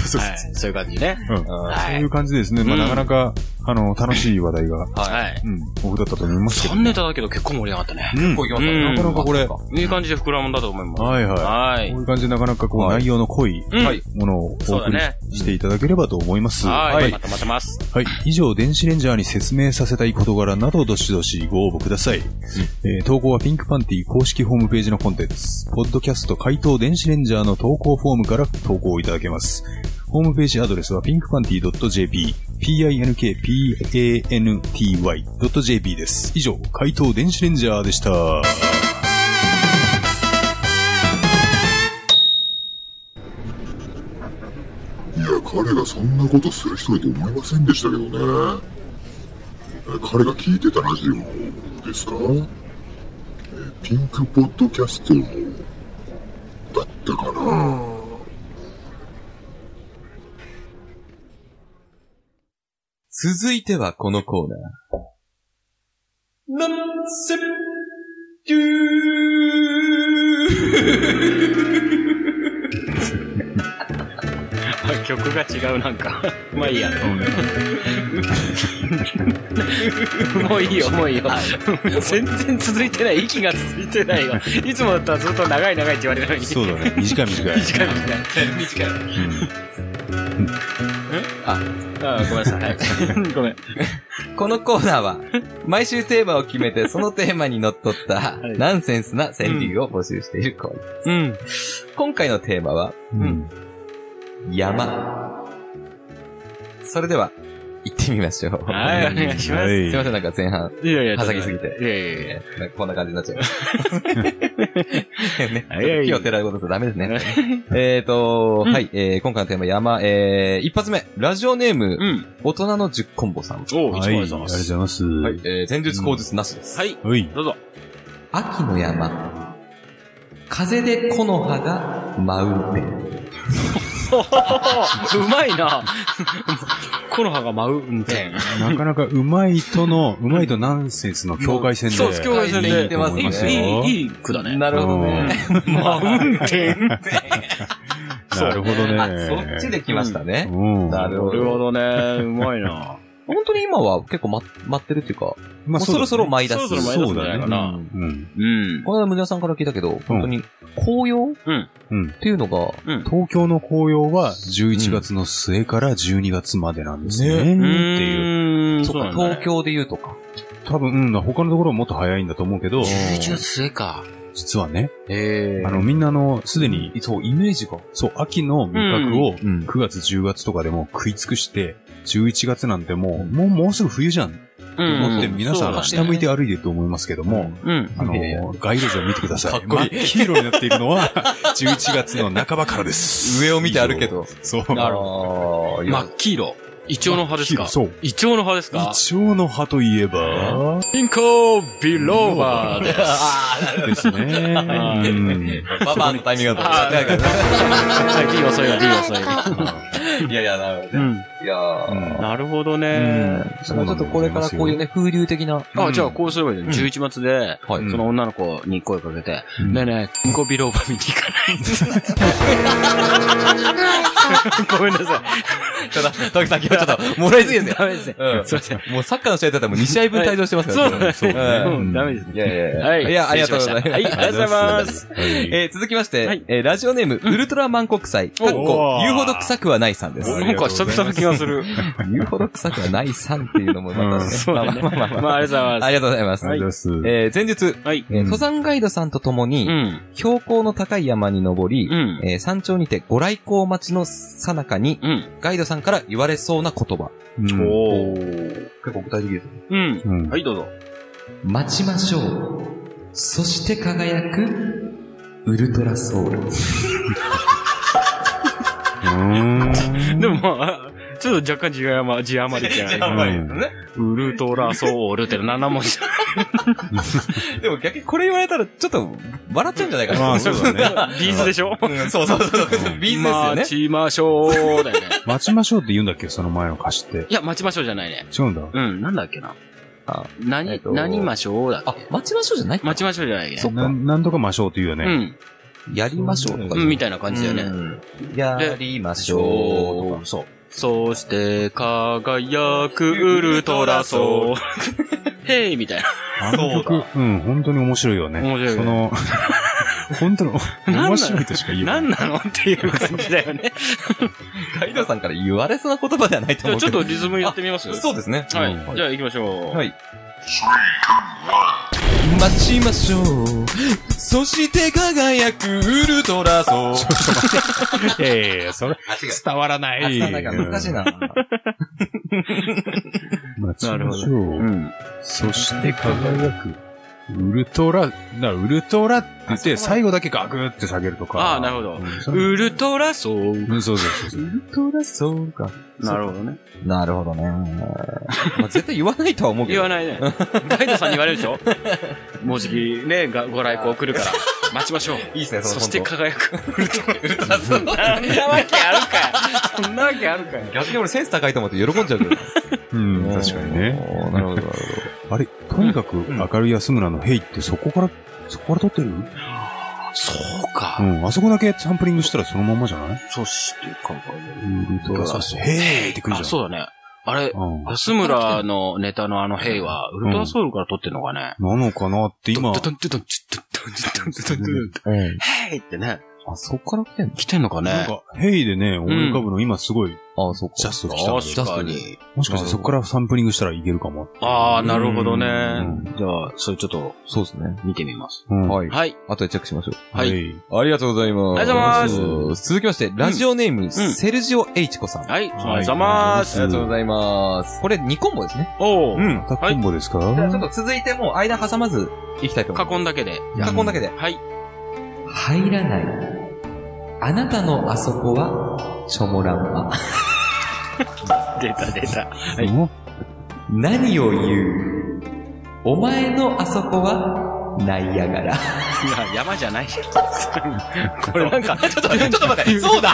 そうそう
はい。 そういう感じね。
そういう感じですね。まあ、
うん
なかなか、あの、楽しい話題が、
はい。
うん、僕だったと思いますけど。
3ネタだけど結構盛り上がったね。
うん。
こういきましたね
うん
なかなかこれ
あそう
いい感じで膨らむんだと思います。
はいはい。
はい
こう。いう感じでなかなかこう、
はい
内容の濃い
うん
はい
ものをお
そうだ
送り
ね
していただければと思います。
は
はい
い。ま。た待ってます。
はい。以上、電子レンジャーに説明させたい事柄など、どしどしご応募ください。えー投稿はピンクパンティ公式ホームページのコンテンツ、ポッドキャスト回答電子レンジャーの投稿フォームから投稿いただけます。ホームページアドレスは pinkpanty.jp、pinkpanty.jp です。以上、回答電子レンジャーでした。
いや、彼がそんなことする人だと思いませんでしたけどね。え彼が聞いてたラジオですかえピンクポッドキャストだったかな
続いてはこのコーナー。
曲が違う、なんか。 まあいいや。もういいよ、もういいよ。 全然続いてない。息が続いてないよ。いつもだったらずっと長い長いって言われるのに。
そうだね。短 い短い。
短い短い。短い。ああ、ごめんなさいはい。 ごめん。
このコーナーは、毎週テーマを決めて、そのテーマにのっとった、ナンセンスな川柳を募集しているコーナー。
うん。
今回のテーマは、
うん。
山。それでは、行ってみましょう。
はい、お願いします。
すいません、なんか前半、
いやいや、
はしゃぎすぎて
いやいやいや。
なんかこんな感じになっちゃいました。ね、
はいはい
今日寺ことダメですね。えーと、はい、えー今回のテーマ山、えー、一発目、ラジオネーム、
うん。
大人の10コンボさん。
おう、
はいい、
つ
あ
も
り
あり
がとう
がとうご
ご
ざいます。
ざいます。
はい、えー、前述口述なしです。
はい、
はい。
どうぞ。
秋の山。風で木の葉が舞うべ。
うまい な。木の葉が舞う運転。
なかなかうまいとの、うまいとナンセンスの境界線で。
そう、境界線で。
いいと思いますよ
いい、いいいい句だね。
なるほどね。
舞う運転。
なるほどね。
あ、そっちで来ましたね。
うん。
なるほど。
ど ね。うまいな。
本当に今は結構待待ってるっていうか、
ま
もうそろそろ舞
前
い出す。
そろそろ舞い出すんじゃないかな。
うん。
うん。
この間、むさんから聞いたけど、本当に、紅葉
うん
うん
っていうのが、
東京の紅葉は11月の末から12月までなんですね。っていう。
うーん。
そっか、東京で言うとか。
多分、うん、他のところはもっと早いんだと思うけど、
11月末か。
実はね、
え
あの、みんなあの、すでに、そう、イメージが。そう、秋の味覚を、
うん
9月、10月とかでも食い尽くして、11月なんてもう、もう、もうすぐ冬じゃん。思って、皆さん下向いて歩いてると思いますけども、
うん。
あの、
いやいや
街路樹を見てください。
かっこいい
真黄色になっているのは、11月の半ばからです。
上を見てあるけど。
そう。
なるほ
ほ
真っ黄色。イチョウの葉ですか
そう。
イチョウの葉ですか
イチョウの葉といえば、
ピンコービローバーで。
ですね。うん
ババアのタイミングだった。
はい、D 遅いわ、D 遅いわ。
いやいや、なるほ
う
どね。
ん。
いやー
なるほど
うん
ね。
そ
ま
な
あ
ん
ち
だ
ょっとこれからこういうね、風流的な。
あ、じゃあこうすればいいじゃん。11月で、
はい
その女の子に声かけて、
ん
ねえねえ、ピンコビローバー見に行かないごめんなさ
ただ、トキさん今日ちょっと、もらいすぎ
い。
ですね。
ダメですね。
うん。
すいません。
もうサッカーの試合だったらもう2試合分退場してますか
そう
ら
なんですね。
うん
うんダメですね。
いやいやいや。
はい
いや、ありがとうございます。
失礼しましたはいありがとうございま
あ
す
りがとうございますえー続きまして、
はい
えーラジオネーム、ウルトラマン国際、かっこ、言うほど臭くはないさんです。
なんか久々な気がする。
言うほど臭くはないさんっていうのもまたね、
そうだね。まあ、ありがとうござい
あ
ます。
りがとうございます。
ありがとうございます。
えー前日、
はい。
えー登山ガイドさんと共に、
うん。
標高の高い山に登り、
うん。
えー山頂にてご来光待ちのさなかに、
うん。
ガイドさんから言われそうな言葉。
うん
おー
結構具体的です。
うん。
うん
はい、どうぞ。
待ちましょう。そして輝く、ウルトラソウル。
でもまあ、ちょっと若干字余り、字余りじゃない。ウルトラソウルって7文字。
でも逆にこれ言われたら、ちょっと、笑っちゃうんじゃないかな。
まあそうだね
ビーズでしょ
うん そうそうそう。ビーズですよね
待。ちましょうだよね。
待ちましょうって言うんだっけその前の歌詞って。
いや、待ちましょうじゃないね。
違うんだ。
うん、なんだっけな。
あ
何、
えっと
何ましょうだっ
あ
け、
待ちましょうじゃない
待ちましょうじゃないね。
そっ
な
か。
なんとかましょうって言うよね。
やりましょうとか
うん、うん、みたいな感じだよね。
ね。やりましょうとか。そう。
そして、輝くウルトラ ソウル。ヘイみたい
あの曲、うん、本当に面白いよね。
面白い
そ
よね
の、本当の、
なんなの
面白いとしか言え
な。
ない。
何なのっていう感じだよ ね。
ガイドさんから言われそうな言葉ではないと
じゃ
思
あ
う
ちょ
け
っと
ど。
リズムやってみます
そうですね。
はい。
うん
じゃあ行きましょう。
はい。待ちましょう。そして輝くウルトラソウル。
いやいやいや、それ、伝わらな
あ
い。
なんか難しいな。
うん。待ち
なる
ま
ほど
しょう。
うん。
そして輝く。ウルトラ、な、ウルトラって言って、最後だけガクって下げるとか。
ああ、なるほど。
うんそれ
ウルトラソウル。
うん、そうそうそうそう。
ウルトラソウルか。
なるほどね。
なるほどね。まあ絶対言わないとは思うけ
言
ど。
わないね。 ガイドさんに言われるでしょもうじきね、がご来光来る から、待ちましょう。
いいっすね、
そして
か
輝く。
ウルトラソウル。
そんなわけあるかよ。そんなわけあるかよ。
逆に俺センス高いと思って喜んじゃうけど。
うん、確かにね。
おー。なるほど、なるほ
あれ、とにかく明るい安村のヘイってそこから、そこから撮ってる
そう
う
か。
ん、あそこだけサンプリングしたらそのまんまじゃない
そして輝く。
ウルトラソウル。ヘイってくるじゃん。
あ、そうだね。あれ、
うん。
安村のネタのあのヘイは、ウルトラソウルから撮ってんのかね。
なのかなって今、
ドンドンドンドンドンドンドンドンドン
ど。うん。
ヘイってね、
あ、そっから来てん
来てんのか
なん
ね。
か、ヘイでね、思い浮かぶの今すごい、
のあ、そっか。
ジャスト来たんで
確かに。
もしかしたらそこからサンプリングしたらいけるかも。
ああ、なるほどね
うん。
じゃあ、それちょっと
そうですね。
見てみます。
うん
はい。
はい。
あとでチェックしましょ
は。
はいい。
う。ありがとうございます。
ありがと
うございます
続きまして、ラジオネーム、セルジオ・エイチコさん。
はい。
はい
おはようございま
あ
す。
りがとうございます。これ2コンボですね。
おお。
またコンボですか
じゃあちょっと続いてもう間挟まずいきたいと思います。
囲んだけで。
囲んだけで。
はい。
入らない。あなたのあそこは、チョモランマ。
出た出た。
うん
何を言うお前のあそこは、ナイアガ ラ。
いや、山じゃないじゃん。
これなん か、ちょっと、ちょっと待って、そうだ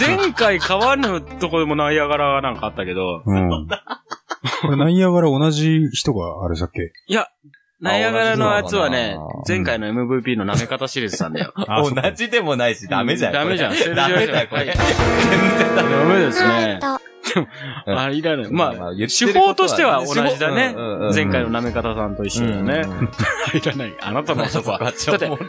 前回川のとこでもナイアガラがなんかあったけど、
うん。こ れ、ナイアガラ同じ人があれさっけ
いや、ナイアガラのやつはね
あ、
前回の MVP の舐め方シリーズさんだよ。
あ
同じでもないし、ダメじゃん。
ダメじゃん。セルジオ
ダメだよ、こ
は
れ。
い
全然ダメ。
ダメですね。
うん
あ、いらない。まあ、
言って
手
ること
法と
は
しては同じだね
手法うんうんう。ん
前回の舐め方さんと一緒だよね。 いらない。あなたのあそこは。だ
ちょっ
っ
と
て、
待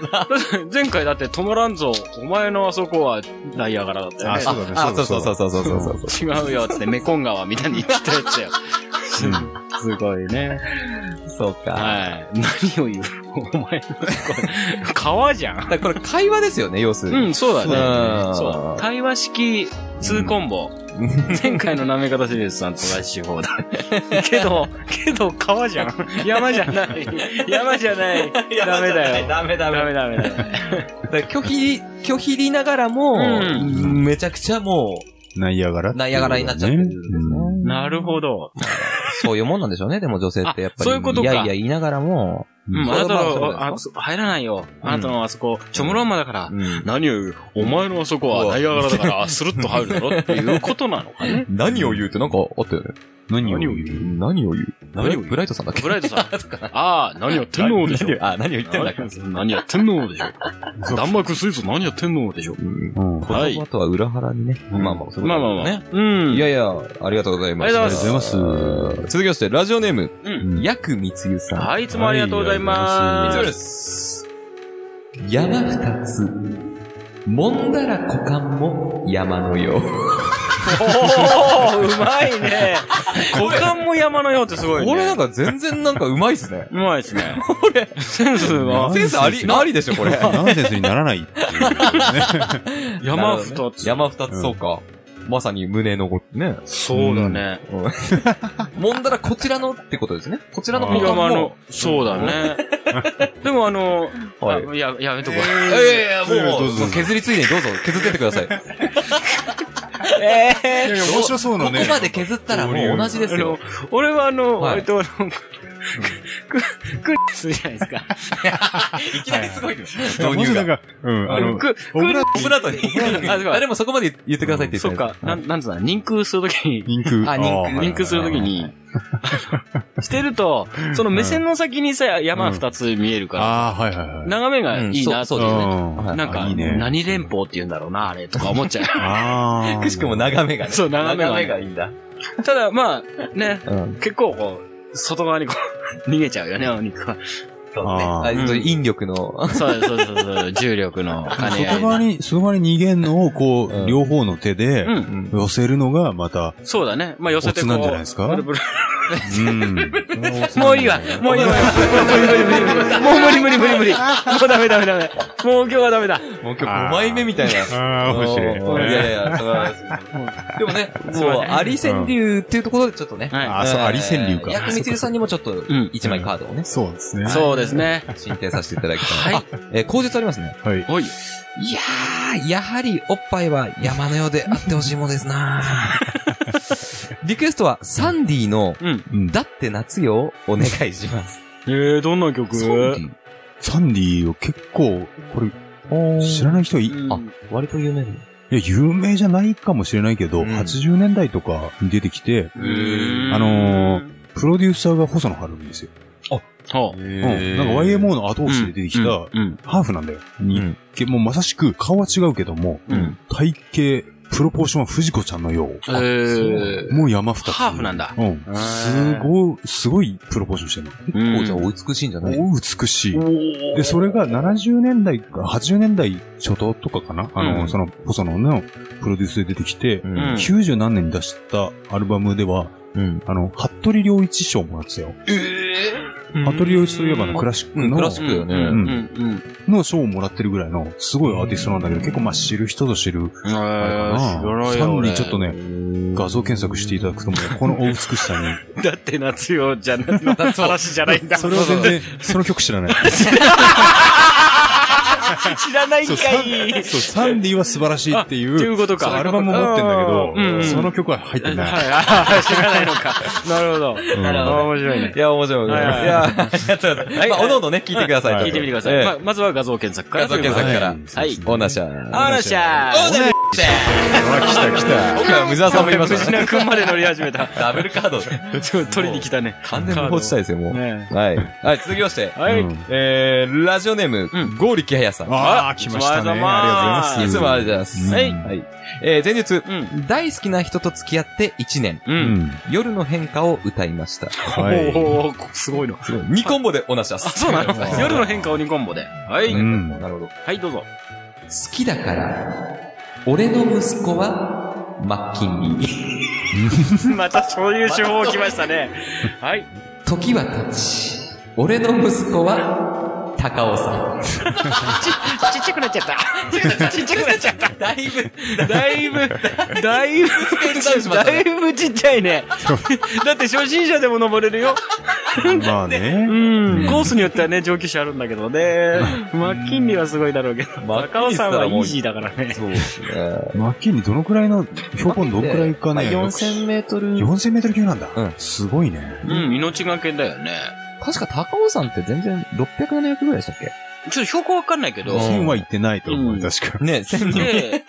って
前回だって止まらんぞ。お前のあそこはナイアガラだったよ
あ、
ね。
そうだね。
あ、そうそうそううそうそうそうそう。
違うよ、つって、メコン川みたいに言ってたやつだよ。すごいね。
そうか。
はい。何を言うお前、これ、川じゃん。
だからこれ会話ですよね、要する
う
に。
ん、そうだ
う
ね。
ん
そう。対話式2コンボ。 前回のなめ方シリーズさんと同じ手法だ。けど、けど川じゃん。山じゃない。山じゃ ない。ダメだよ。
ダメダ
ダ
メ。
メダメダメ。
だから拒否、拒否りながらも、
うん
めちゃくちゃも
ナイアガラ
う、ナイアガラになっちゃってる、
ねうん
なるほど。
そういうもんなんでしょうね、でも女性ってやっぱり。
あそういうことか
いやいや言いながらも、
うん、あなた
そう
の、
だ
あ、そ入らないよ。あなたのあそこ、チョムロンマだから。
うん
何を言うお前のあそこはナイアガラだから、スルッと入るだろっていうことなのかね。
何を言うってなんかあったよね。
何を
何
言
を
う
何を言う
何を言う
ブライトさんだっけ
ブライトさん。ああ、何やってんのでし ょ。
何をあ、何を言ってんだっけ
何やってんのでしょ。弾幕スイーツ何やってんのでしょ。
うん
はい
言葉とは裏腹にね。まあまあ、それ
まあまあまあ。うん。
いやいや、ありがとうございます。
ありがとう
ござい
ます。続きまして、ラジオネーム、
う
ヤクミツユさん。
はい、いつもありがとうございま
以
す。
上です。山二つ。もんだら股間も山のよう。
おー、うまいね。股間も山のようってすごいね。
これなんか全然なんかうまいっす ね。
うまいですね。これ、センスは
センスあり、ありでしょ、こ れ。
ナンセンスにならないっていうね。
山二つ。
山二つ、そうか。まさに胸のご、ね。
そうだね。
もんだらこちらのってことですね。こちらの股間
山
も
の。、そうだね。でもあの、
は
あ
い
や、やめとこう。
いやいや、
ど
も
うぞどう
う、
ぞ
削りついでにどうぞ、削ってってください。
いやいや、面白そうな
ここ
ね。
まで削ったらもう同じですよ。
あの俺はあの、
はい
割とあの、く、く、く、するじゃないですか。
いきなりすごいです。
導
導入が。
が。うん、あの、
く、
オブラ
オブラートに。
あそうか
あ、でもそこまで言ってくださいって言って
そっか、なん、なんつうの、人空するときに、
インク。
あ人空
ーはい
リンクするとき に、してると、その目線の先にさ、山二つ見えるから、
ああ、はいはいはい。
眺めがいいな
そ
と
うですね。
うん
なんか、
あいいね
何連邦って言うんだろうな、あれ、とか思っちゃう。
ああ。
くしくも眺めがね。
そう眺めがね
いいん だ。
ただ、まあ、ね、
うん。
結構こう、外側にこう、逃げちゃうよね、お肉は。
そうね。
あー
あ
うん
引力の。
そうそうそうそう、重力の兼ね合
外
い
側
で。
に、外側に逃げんのを、こ
うん
う、両方の手で
う、ん。
寄せるのが、また、
そうだね。まあ、寄せてこう。
おつなんじゃないですか
ブルブル
うん。
もういいわ。もういいわ。もう無理無理無理無理。もうダメダメダメ。もう今日はダメだ。
もう今日5枚目みたいな。
ああ、面白い。
うんいやいや、そうですでもね、もう、アリ川柳っていうところでちょっとね。
はい。
あ、そう、
えー
アリ川柳
薬
か。
味つゆさんにもちょっと、
ん
1枚カードをね、
そうですね。
そうですね。
進呈させていただきた。
はいい
あ。えー、口述ありますね。
はい。
おい。
いやー、やはりおっぱいは山のようであってほしいものですな リクエストはサンディの、
うん
うん
だって夏よ、お願いします。
えー、どんな曲
サンディを結構、これ、知らない人い、い
うん
あ、割と有名な
や、有名じゃないかもしれないけど、
うん
80年代とかに出てきて、
うーん
あのー、プロデューサーが細野晴臣ですよ。
そう。
うん。なんか YMO の後押しで出てきた、
うん。
ハーフなんだよ。に、けもうまさしく顔は違うけども、
うん
体型、プロポーションは藤子ちゃんのよう。
えー、
もう山二つ。
ハーフなんだ
うん。すごい、すごいプロポーションしてるの。
うん
おじゃあお美しいんじゃない
美しい。で、それが70年代か、80年代初頭とかかなあの、
うん
その、細野のプロデュースで出てきて、
ん
90何年に出したアルバムでは、
うん。
あの、服部良一賞もらってたよ。服部良一といえばあの、クラシック
うん
の、
クラシックよね。
うんうん。
の賞をもらってるぐらいの、すごいアーティストなんだけど、結構まあ知る人ぞ知る、
えー、知
あれかな。サンディちょっと。ね、画像検索していただくとも う、このお美しさに。
だって夏よ、じゃな、の話じゃないんだ。
それは全然、その曲知らない。
知らないん
そう、
か
サ
い
ンそうサンディは素晴らしいってい
あっていう
う、
ことか
そうアルバム持ってん
うんうん
だけど、その曲は入っ
は
て
い、
ない。
あー知らないのか。なるほど。
なるほ
あー面白いね。
いや、面白い。い
はいはい
や、ありがとうございます。まあ、おのおのね、聞いてくださいと。
聞いてみてくださ
え
い。
え
まあまずは画像検索から。
画像検索から
はい。
オーナーシャ
オーナシャー
あ、来た来た。
今回は無沢さんも言いましたね。
くんまで乗り始めた。
ダブルカード。
ちょっと取りに来たね。
完全無法地帯ですよ、もう。
ね
はい。はい、続きまして。
はい。
うん
えー、ラジオネーム
うん、
ゴーリキハヤさん。
ああ、来ましたね。ありがとうございます。
いつもありがとうございます。
はい
はい。えー、前日、
う
大好きな人と付き合って1年、
う。
うんん。
夜の変化を歌いました。
はい。
おー、すごいの。
2コンボでおなしゃす。
そうなの 夜の変化鬼コンボで。はい。
う
は
ん。
なるほど。好
い、どうぞ。
きだから、俺の息子は、マッキンリー。
またそういう手法をきましたね。 はい。
時は経ち、俺の息子は、高尾さん。
ちっちゃくなっちゃった。ちっちゃくなっちゃった。
だいぶ、
だいぶ、だいぶ、 だいぶちっちゃいね。だって初心者でも登れるよ。
まあね
う。ん。コースによってはね、上級者あるんだけど ね。マッキンリーはすごいだろうけど。
マッキン
中尾
リー
さ
さ
ん
ん
は
は
イ
もう
ージーだからね。
そうですね。
マッキンにどのくらいの、標高どのくらいかね。
まあ4000メートル。
4000メートル級なんだ。
うん
すごいね。
うん、命がけだよね。
確か高尾山って全然600、700ぐらいでしたっけ
ちょっと標高わかんないけど。
1000は行ってないと思
う
う、
ん
確か。
ね、1000人。
で、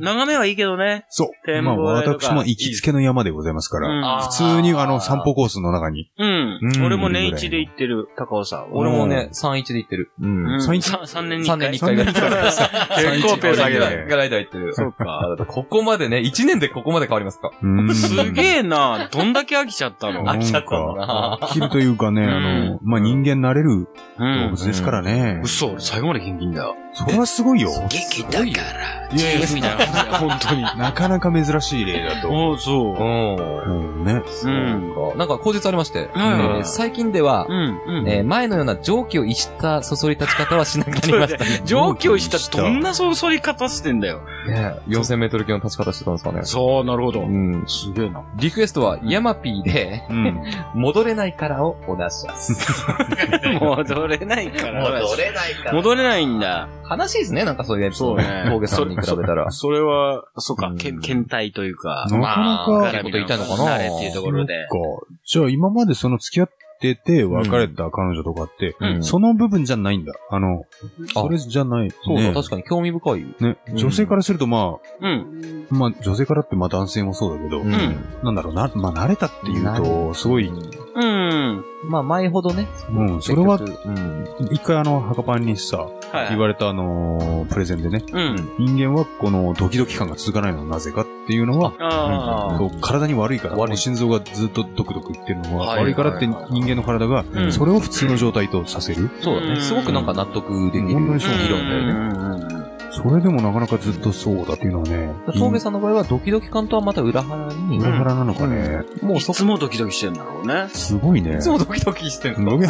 眺めはいいけどね。
そう。
展
まあ
望台とか
私も行きつけの山でございますから、
うん
普通にあの散歩コースの中に。
うん
う。ん
俺も年一で行ってる、高尾さん。
俺もね、31で行ってる。
うん
うん、
最近
さ3年に
3
1
年
回
に1回ぐらい。
結構ペース上げる。
る
ガライダー行ってる。
そ う
か。だからここまでね、1年でここまで変わりますか。
うん
すげえな。どんだけ飽きちゃったの。
飽きちゃったんだな
飽きるというかね、あの、まあ、人間なれる
う
動
ん。
物ですからね。
嘘、俺最後までギンギンだよ。
それはすごいよ。
激だから。
いやいや
みたいな感じだよ。本当に。
なかなか珍しい例だと。
ああ、そう。
ん。
うん、ね。
うん。
なんか、口述ありまして、え
ん
ー最近では
う、ん。うん。
えー前のような蒸気を逸したそそり立ち方はしなくなりましたね。
上京したってどんなそそり方してんだよ。
ね4000メートル級の立ち方してたんですかね。
そう、なるほど
うん。
すげえな。
リクエストは、ヤマピーで、
うん。
戻れないからをお出します。
戻れないから。戻れないから。戻れないんだ。
悲しいですね、なんかそういうやつ。
そうね
峠さんに比べたら。
それは、そうか
う、ん
けん倦怠というか。
なかなか
絡み
こと言いたいのかな
慣れっていうところで。
そっか。じゃあ今までその付き合ってて別れた彼女とかって、
うん
その部分じゃないんだ。あの、
あ
それじゃない。
そうだ、
ね
確かに興味深い。
ね、
うん
女性からするとま
うん。
あ、まあ女性からってまあ男性もそうだけど、
ん
なんだろうな、まあ慣れたっていうと、すごい、
うん。
まあ、前ほどね。
うん、それは
結局うん。
一回あの、墓パンにさ、
はい
言われたあのープレゼンでね、
うん。
人間はこのドキドキ感が続かないのはなぜかっていうのは、
ああ。
そう体に悪いから、
悪い
もう心臓がずっとドクドクいってるのは
はい
悪いからって人間の体が
う、ん
それを普通の状態とさせる。
そうだ
うん
ね。すごくなんか納得できる。
本当に
議
そう
論だよね。
それでもなかなかずっとそうだっていうのはね、
峠さんの場合はドキドキ感とはまた裏腹に、
裏腹なのかね。
もう
い
そ
つ
こ、
もドキドキしてんだろうね。
すごいね。
いつもドキドキしてる。
伸び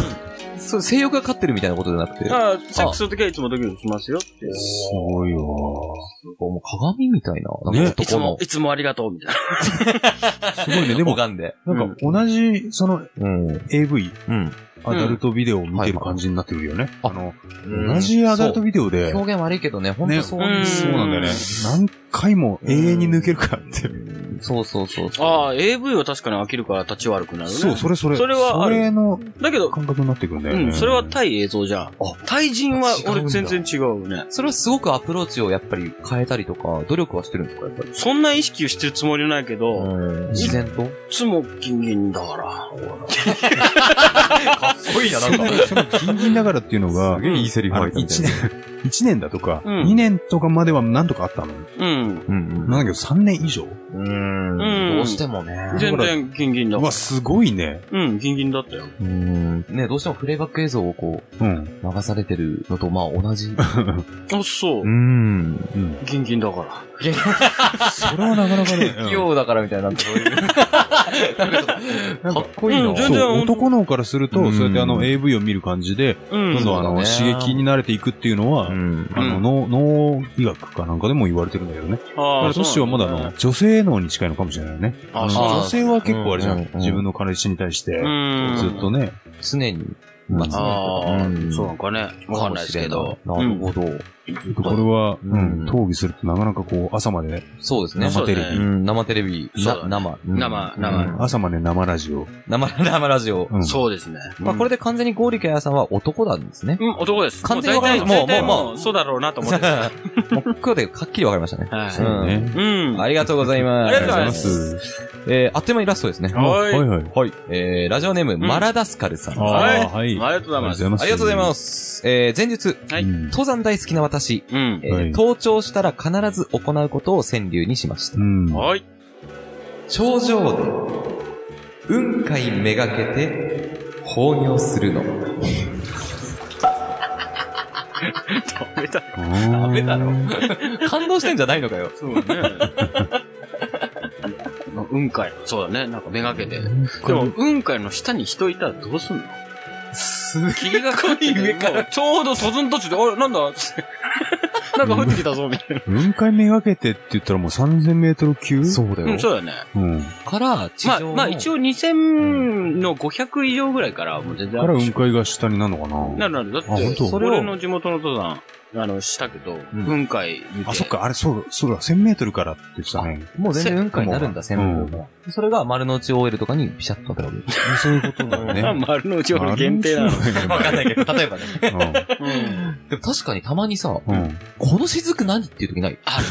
そう、性欲が勝ってるみたいなことじゃなくて。
ああ、セックスの時はいつもドキドキしますよっていう。
すごいよ。
もう鏡みたいな。
ね
なんか
いつ
男
も
の、。
いつもありがとうみたいな。
すごいね。でも、
拝んで。
なんか同じ、その
うん。
AV、
うん。
アダルトビデオを見てる感じになってくるよね。
うん
あの、同じアダルトビデオで、
表現悪いけどね、ほんとそういう。
ね
そうなんだよね。何回も永遠に抜けるからって。
そうそうそうそう。
ああ、AV は確かに飽きるから立ち悪くなるね。
そう、それそれ。
それはあ
そ
る
れの
だけど、
感覚になってくるんだよ
う
ね。
ん、それは対映像じゃん。対人は
違うんだ
俺全然違うね。
それはすごくアプローチをやっぱり変えたりとか、努力はしてるんですか、やっぱり。
そんな意識をしてるつもりないけど、い
自然と
つもギンギンだから。
かっこいいな、なんか。
そのギンギンだからっていうのが、
すげえいいセリフ
あ
入
の
ったみたい
1
な
年、一年だとか、
うん
2年とかまではなんとかあったのよ。
うん。
うん
なんだけど3年以上。
うん。
うん
どうしてもね。
全然ギンギンだ
う
か
わ、
ら。
すごいね。
うん、ギンギンだったよ。
うん。ね、どうしてもプレイバック映像をこう、
うん。
流されてるのと、まあ同じ。
あ、そう。
ん。
うん。
ギンギンだから。
それはなかなか ね、
器用だからみたいな、そう いう。かっこいい
うん
な。
全
そ
然
う、男の子からすると、
うん
そうやってあの AV を見る感じで、
う
どん
ん。
どんあの、
そうだ
刺
ね
激に慣れていくっていうのは、
ん。
あの、脳、脳医学かなんかでも言われてるんだけどね。だか
あ
らトッシーはまだあの、女性脳に近いのかもしれないよね。
あ
の
そう
なんだ
女性は結構あれじゃ
うんうんん。うん
自分の彼氏に対して、
うん。
ずっとね。
常に、
うん
まあ
ああ、
常にとか
そうなんかね。わかんないですけど。
なるほど。
これは、う
うんん、
討議するとなかなかこう、朝までね、
そうですね。
生テレ
そう
ビ
う
だね
ん、生テレビ、
そ
な
うだね
生。うん
生
うん
生
うん
朝まで生ラジオ。
生、生ラジオ。
うん
そうですね。
まあこれで完全にゴーリケアさんは男なんですね。
うん、男です。
完全にわかりました
もう大体、
もうもう
もう、もう、そうだろうなと思っ てた。は
もう今日ではっきりわかりましたね。
い。
そうね。
うん。
ありがとうございます。
ありがとうございま
ます。
えー、あっという間にラストですね。
はい
はいはい。
はい。えー、ラジオネーム、マラダスカルさん。
あ
あ
あ、は
あ
い。。
りがとうございます。
りがとうございますす。えー、前述、
はい
うん
登山大好きな私、
うん。
えー
はい
登頂したら必ず行うことを川柳にしました。
うん。
はい。
頂上で、雲海めがけて、放尿するの。
食べた。
食
感動してんじゃないのかよ。
そうね。
な
雲海。そうだね。なんかめがけて。でも、雲海の下に人いたらどうすんの
すごい
霧がかってて
上から
もうちょうど突然途中で、あれ、なんだ なんか降ってきたぞ、みたいな。
雲海めがけてって言ったらもう3000メートル級う。
うだ
うん、そうだよね。
うん。
から、地
まあ、
上の
まあ一応2000の500以上ぐらいから、もう全然
か
あ
ら
る
雲
し。
海が下になるのかな
なるなる。だ
あ
っ
本
て、
当
それ俺の地元の登山、あの、したけど、雲海見て。
あ、そっ。か、あれ、そうだ、そうだ、1000メートルからって言ってたね。
もう全然雲海になるんだ、
せ
専門も。それが丸の内 OL とかにピシャッと当たるわけです。
そういうことだよ
まあ、
ね。
丸の内俺限定なの。
わかんないけど、例えばね。
うん。
でも確かにたまにさ、
うん。うん。
この雫何っていう時ないある。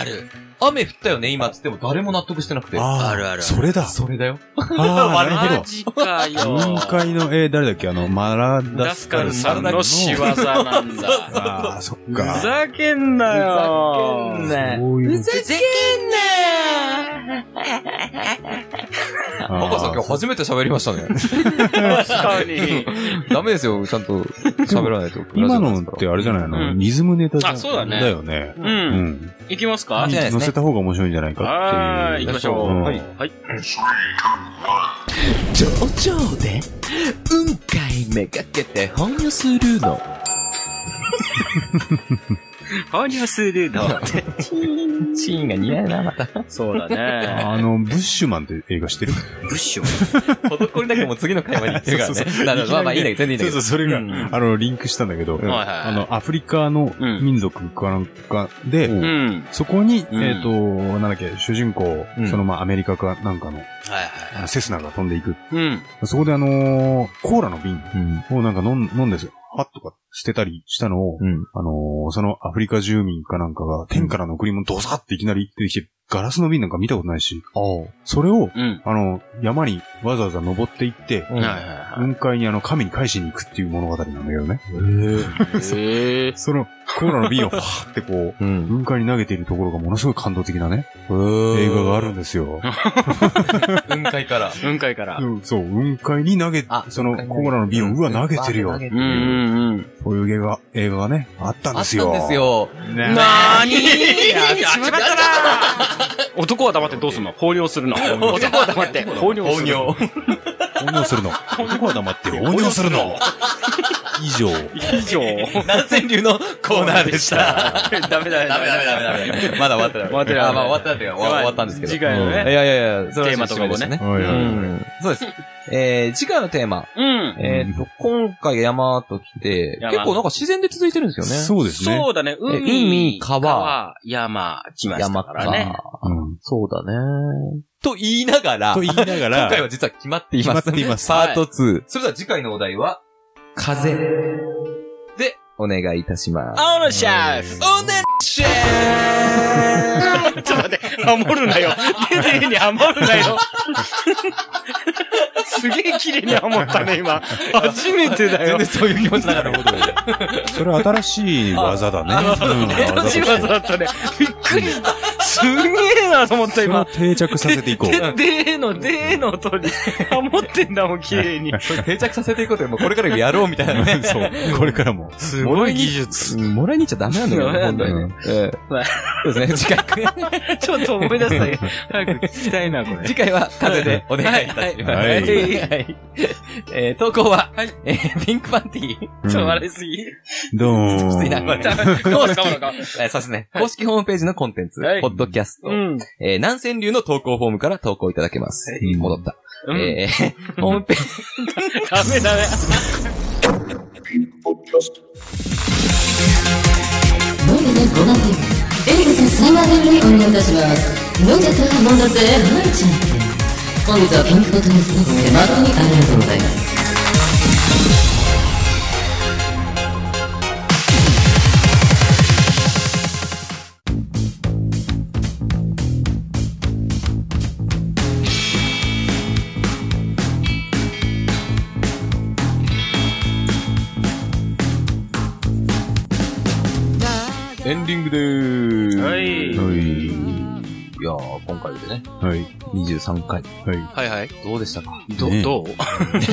ある。雨降ったよね、今っつっても誰も納得してなくて。
あー
あるある
それだ。
それだよ。
ああ、なる
マ
ほ
ジかよ。
ど。雲海の、えー、誰だっけあの、マラ
ダ
ダ
ス
ス
カ
カ
ル
ル
さ
さ
ん
ん
の
の
仕業なんだ。
ああ、そっ
ふ
か。
ざけんなよ。
ふざけんなよ
そういうこ
ふざけんなよ。
と
パパさっき初めて喋りました ね。
確かに。
ダメですよ、ちゃんと喋らないと。
今のってあれじゃないの、リズムネタじゃん
あそうだね
だよね。
う。
うんん。
いきますか
いいじゃないです
乗
ね
せた方が面白いんじゃないか
は
っ
ー
て
い、
い
行
う。
きましょう。
ん
はい。はい。
頂上で雲海めがけて本をするの
購入するの。
チーンが似合うなまた
そうだね。
あの、ブッシュマンって映画してる
ブ ッシュ。
これだけもう次の会話に行ってるからね。なるほどまあまあいいんだけど、全然いいんだけ
そうそ
ど。
う、それが、
うん
あの、リンクしたんだけど、
いはい
あの、アフリカの
うん
民族かなんかで、
うん。はい
そこに、
うん
えっ、と、なんだっけ、主人公、
うん
そのまあアメリカかなんかの、
はい。
あのセスナが飛んでいく。
うん。
そこであのーコーラの瓶をなんか飲ん飲んで、はっとか捨てたりしたのを、
うん
あのーそのアフリカ住民かなんかが、天からの贈り物ドサっていきなり出てきて、ガラスの瓶なんか見たことないし、それを、
うん。
あの、山にわざわざ登って行って、
はいは
雲海にあの、神に返しに行くっていう物語なんだけどね。
いはい。へえ。
その、コーラの瓶をファーってこう、
うん。
雲海に投げているところがものすごい感動的なね、映画があるんですよ。
雲海から。
雲海から。
うんそう、雲海に投げ
あ、
その、コーラの瓶を、うわ、投げてるよ。
うんうんうん。
そういう映画が、映画がね、あったん
あ
で
っ
す
た
よ。
んですよ。
なーにやっちまったな男は黙ってどうすんの放尿するの。男は黙って。放尿するの。
本業す るの。本業は黙ってる。本業するの。以上。
以上。
南千流のコーナーでした。
ダメだね。
ダ メダメダメダメダメ。まだ終わってない。
終わってない
あまあ終わったっていうか終わ終わったんですけど。
次回の
いやい
ね。
やいや、それは
テーマとかもね
しました
はいはいはい
そうです。えー、次回のテーマ。
うん。
えっ、と、今回山と来て、
山
結構なんか自然で続いてるんですよね。
そうですね。
そうだね。海、
海川
山、来ました
山
か
から
ね。
うん
そうだね。と言いながら、
と言いながら
今回、は実は決まっています。
決まっています
パート2。それでは次回のお題は、風。で、お願いいたします。
オーシャフ
おねしゃ
ちょっと待って、ハモるなよ。丁寧にハモるなよ。すげえ綺麗にハモったね、今。初めてだ
全
よ
然。そういう気持ちなかった。
それ新しい技だね。うん
楽しい技だったね。びっくりした。すげえなと思った、
それを
今。
定着させてい こう。
で、でーの、でーの音に、ハモってんだもん、綺麗に。
これ定着させていこうと、もうこれからやろうみたいなね。
そう。これからも。
す
ごい技
術。
うん もらいに行っちゃダメなんだよね、本当にね。え
まあ
えそうですね、次回。
ちょっと思い出したけど早く聞きたいな、これ。
次回は風でお願いいたします。
はいはい
い。えー投稿は、えーピンクパンティー、
ちょっと
うん
笑いすぎ。
どーん。
きついなこれ
ダメどうですか、村川
えーそうですね、公式ホームページのコンテンツ、
はい
ポッドキャスト、
うん。
えー南千流の投稿フォームから投稿いただけます。戻った。
うん。
えーホームページ、
ダメダメ。
飲んでね、ごなんて。エリカさん3万年ぶりお願いいたします。飲んじゃったら飲んだぜ、はいちゃんって。本日はピンクボトルスーツで誠にありがとうございます。
エンディングでーす。
はい。
はい。
い
やー、今回でね、
はい。
23回。
はい。
はいはい。
どうでしたか
ど、
ね
どう す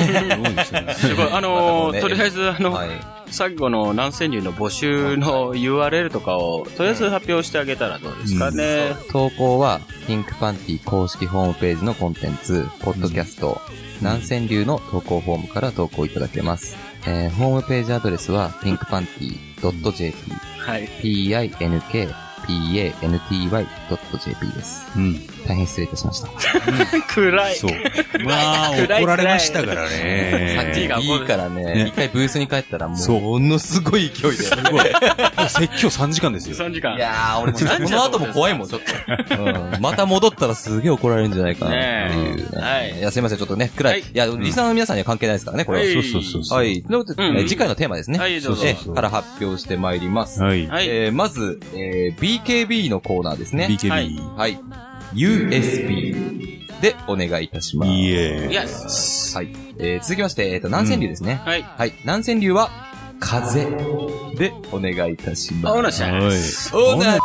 ごい。あ
またも
の
うね
ー、とりあえず、あの、
はい。
最後の南千流の募集の URL とかを、とりあえず発表してあげたらどうですかね。
投稿は、ピンクパンティ公式ホームページのコンテンツ、ポッドキャスト、南千流の投稿フォームから投稿いただけます。えーホームページアドレスは、ピンクパンティ .jp、
はい。
pinkpanty.jp です。
うん。
大変失礼いたしました。
暗い。
そう。まあ、
暗い
怒られましたから
さっき
ね。
が
いいから
ね
ね、一回ブースに帰ったらもう、
そう
ものすごい勢いで。
すごい。もう説教3時間ですよ。
3時間。
いやー、俺、実はこの後も怖いもん、ちょっと。うんまた戻ったらすげえ怒られるんじゃないかな、っていうね。
はい
いや、すいません、ちょっとね、暗い。
はい
いや、リスナーの皆さんには関係ないですからね、これは。
はい
そうそうそう。
はい。ということで、
うん
えー次回のテーマですね。
はいどうぞ
えーから発表してまいります。
はい。
はい。
えーまず、えー BKB のコーナーですね。
は
BKB
い。
はい。USB でお願いいたします。
イエー
イ
イ。
エス。
はい。えー続きまして、えっ、と、南千流ですね。
はい。
はい。南千流は、風でお願いいたします。
おなしゃ。
はい。
おな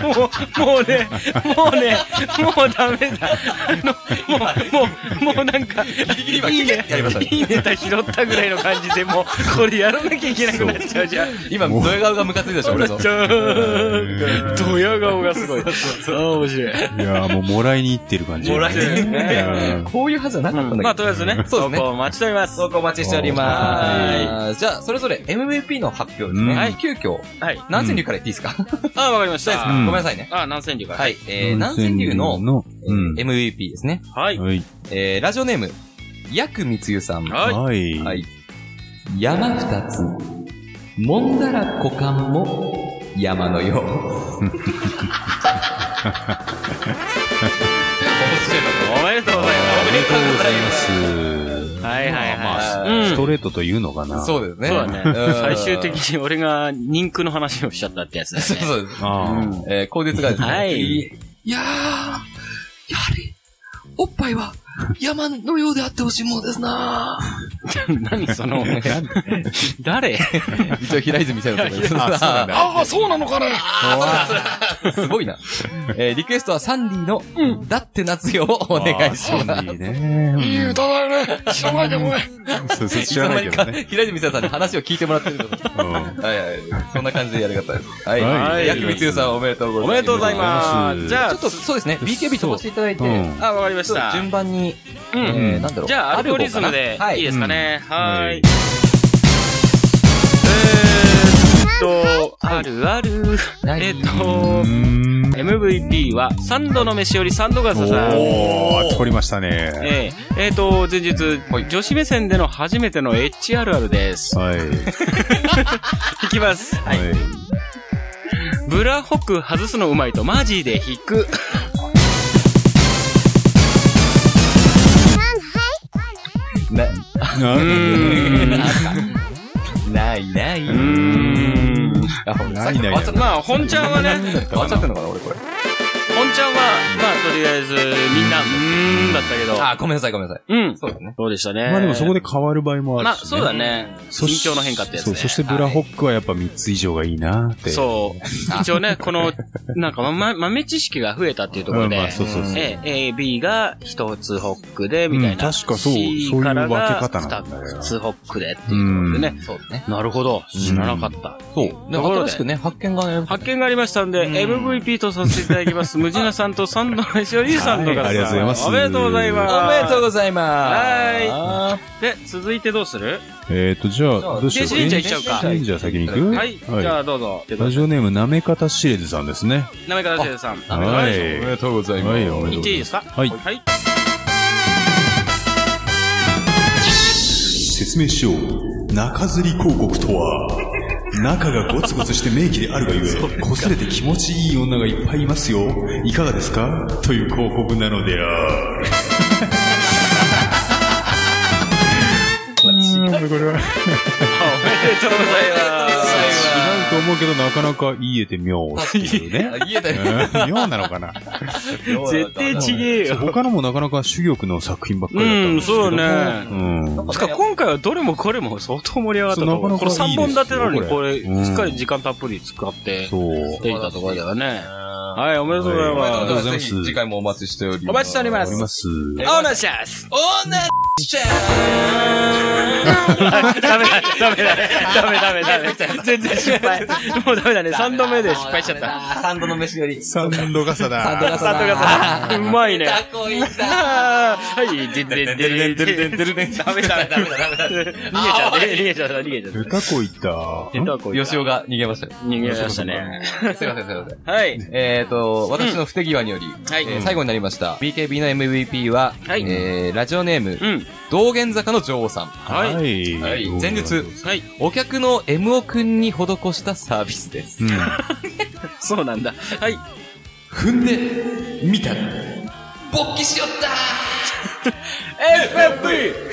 もう、もうね、もうね、もうダメだ。あの、もう、もう、もうなんか、いいね、いいネタ拾ったぐらいの感じで、もう、これやらなきゃいけなくなっちゃうじゃん。
今、ドヤ顔がムカついたでしょ、俺の。
ちょーんドヤ顔がすごい。ああ、面白い。
いやーもうもらいに行ってる感じ。
もらえるね。
うん
こういう派じゃなかったんだけど。
まあ、とりあえずね、
そうですね
投稿お待ちしております。
投稿お待ちしております。じゃあ、それぞれ MVP の発表ですね。
うん
はい。急遽、
はい。
南千流から言っていいですか、
ああ、わかりました。
ご
うん
めんなさいね。
ああ、南千流から。
はい。えー、南千流の、
うん。
MVP ですね。
はい。
はい。
えー、ラジオネーム、ヤクミツユさん。
はい。
はい。
はい。山二つ。もんだら股間も山のよう。
おめでとうござい
おめでとうございます。
ます。はいはい
ま
は
あ、
うん
ストレートというのかな。
そうです
い。
ね。
そうだね。
うん
最終的。に俺が人空の話をしちゃったってやつだ
そう
ね。
そうです。
ああ。
えー、口述がですね。
はい
いやー、やはり、おっぱいは山のようであってほしいものですな
何そ の、誰
一応、平泉せよってことです。
ああ、そうなのかね
すごいな。 えーリクエストはサンディの、だって夏よをお願いします。
いいね。いい歌だよね。知らないけどね。そうそう、知らないけど
いつの間
ね。
にか平泉さんに話を聞いてもらってると思う
うん
はいはい。そんな感じでやり方です。はい。
はい
薬味強さんおめでとうございます。
おめでとうございます。じゃ
ち
あ
ょっ、とそうですね、BKB 飛ばしていただいて、
うん
あ
あ、わかりま
ちょ
し
っと
た。
順番に、
うん
えーなんだろう。
じゃあ、アルゴリズムで
はい
い
い。
ですかね。はー
う
い
ん。
えーっと、あるある。
はい
えーっと、MVP は、サンドの飯よりサンドガスさん。
おー、取りましたね。
えええーと、前日、女子目線での初めての HRR です。
はい。
いきます。
はい。
ブラホック外すのうまいとマジで引く。
ないない。
うーん。
あ、ほん
ないない
あちょっと
まあ、本ちゃんはね、
合っちゃってんのかな、俺これ。
本ちゃんは、まあ、とりあえず、みんな、うーんだったけど、
あ、ごめんなさい、ごめんなさい。
うん。
そうだね。
そうでしたね。
まあでもそこで変わる場合もあるし。
まあ、そうだ。ね。
そ
身
し
長の変化ってやつ
そ
ね。
う、そしてブラホックはやっぱ3つ以上がいいなって。
そう。一応ね、この、なんか、ま、ま豆知識が増えたっていうところ
ん
で、
まあそうそうそう。
A、A、B が一つホックで、みたいな。
うん確かそう
C
そういう
からが
分け方なんだよ
二つホックでっていうところでね。
そうだね。
なるほど。知らなかった。
そう。
ところ
新
で
しくね、発見がね、
発見がありましたんで、MVP とさせていただ きます。ムジナさんとサンドのしおりさんの方、
はいありがとうございます
おめでとうございます。
おめでとうございます。
はで、続いてどうする
えーと、じゃあ、どうしよう。
電子レンジャー行っちゃうか
電子レンジャー先に行く
はい。じゃあ、どうぞ。
ラジオネーム、なめかたしれずさんですね。
なめかたせいさん。
はい。
おめでとうございます。
はい、おめでとうございます
言っていいですか
はい
はい。
説明しよう中吊り広告とは 中がゴツゴツして名器であるがゆえ擦れて気持ちいい女がいっぱいいますよいかがですかという広告なのであるうーんこれは違う
おめでとうございます。
と思思うけど、なかなか言えて妙って いうね。
あ、家だよ。
うん妙なのか な
絶対ちげえ
そう
よ。
他のもなかなか主玉の作品ばっかりだった
うん
で
ん、
すけど
そう
も。
ね。
うん。
つか今回はどれもこれも相当盛り上がったと思う。
そうな
こ
か
れ
なかいい
3
ですよ
本立てなのに、こ
こ
れ、
れうん
しっかり時間たっぷり使って、
そう。
できたところだよね。はい、おめでとうござい
おめで
ま
とうござい
す。
ます
ぜひ次回もお待ちしております。
お待ちしており
あ
ま
り
す。
ます。
オーナーシャス
おなしゃ
ダメだ、ダメだ、ダメダメダメ。全然失敗。もうダメだね。3度目で失敗しちゃった。
た。サンドの飯より。
サンドガサだ。
サンドが
さとかさ、うまいね。
タコいた。
はい、ででででででででダメだ、ダメだ、ダメだ。逃げちゃった、逃げちゃった、逃げちゃった。
豚こいた。
ヘッドはこう
吉尾が逃げましたよ。
逃げましたね。
すいません、すいません。
はい。
えっ、と、私の不手際により、
はい
えー最後になりました。BKB の MVP は、
はい
えー、ラジオネーム、
うん。
道玄坂の女王さん。
はい。はい。
い
はい前日。
はい。
お客の MO 君に施したサービスです。
うん。
そうなんだ。はい。
踏んで、見たら、勃起しよった
FFP!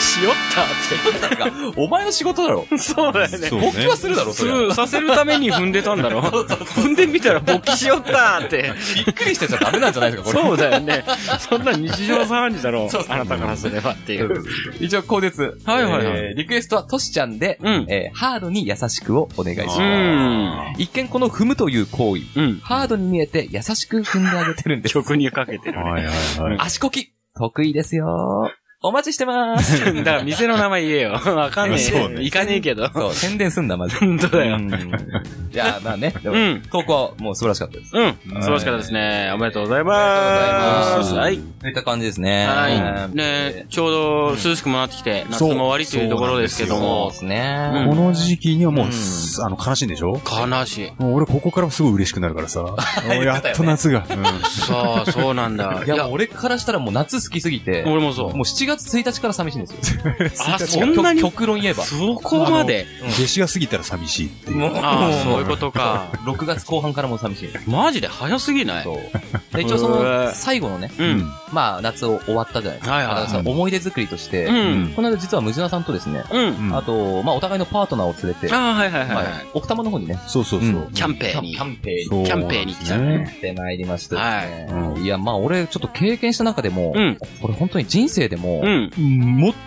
しよったっ
なんかお前の仕事だろ。
て。そうだよね。
そう
勃起
ね
は。するだろ、そ
す
れ
ぐさせるために踏んでたんだろ踏んでみたら勃起しよったって。
びっくりしてちゃダメなんじゃないですか、これ。
そうだよね。 そんな日常茶飯事だろう
そう。
あなたからすればっていう。
一応、後日。
はいはいはい
えーリクエストは、トシちゃんで、
うん
えーハードに優しくをお願いします
う。ん。
一見この踏むという行為、
うん。
ハードに見えて優しく踏んであげてるんです。
曲にかけてるね。
はいはいはい。
足こき、得意ですよ。お待ちしてます。
だから店の名前言えよ。わかんね
そう
え。
ね
行かねえけど。
そう、宣伝すんだ、マジで。
本当だよ。
いや、まあね、で
う
も、
ん。
投稿はもう素晴らしかったです。
うん。素晴らしかったですね。おめでとうござい
あ
ま
りがとうございます
す。はい。
といった感じですね。
は
うん
い。ねちょうど涼しくもなってきて、夏も終わりというところですけど
そう
も
で。すね。
この時期にはもう、
うん
あの、悲しいんでしょ
悲しい。
もう俺ここからすごい嬉しくなるからさ。やっと夏が。うん
さあ、そうなんだ。
いや、俺からしたらもう夏好きすぎて、
俺もそう
もう。7月1日から寂しいんですよ。
あ、 そんなに
極極論言えば。
そこまで
夏至が過ぎたら寂しいっていう。
もう、
ああ、そういうことか。
6月後半からもう寂しい。
マジで早すぎない。
そうう。 で一応その、最後のね、
ん。
まあ、夏を終わったじゃないですか。
はいはいはい
だからその思い出作りとして、
うん
この間実はムジナさんとですね、
うん。
うん
あと、まあ、お互いのパートナーを連れて、
ああ、はいはい
ま
は
あ
いはい。
奥多摩の方にね、
そうそうそうう。
キャンペーンに
キャンペーンに
そう
キャンペーンに行ってた
ね
行ってまいりまして、
は
うんいや、まあ、俺、ちょっと経験した中でも、
うん
これ本当に人生でも、
うん。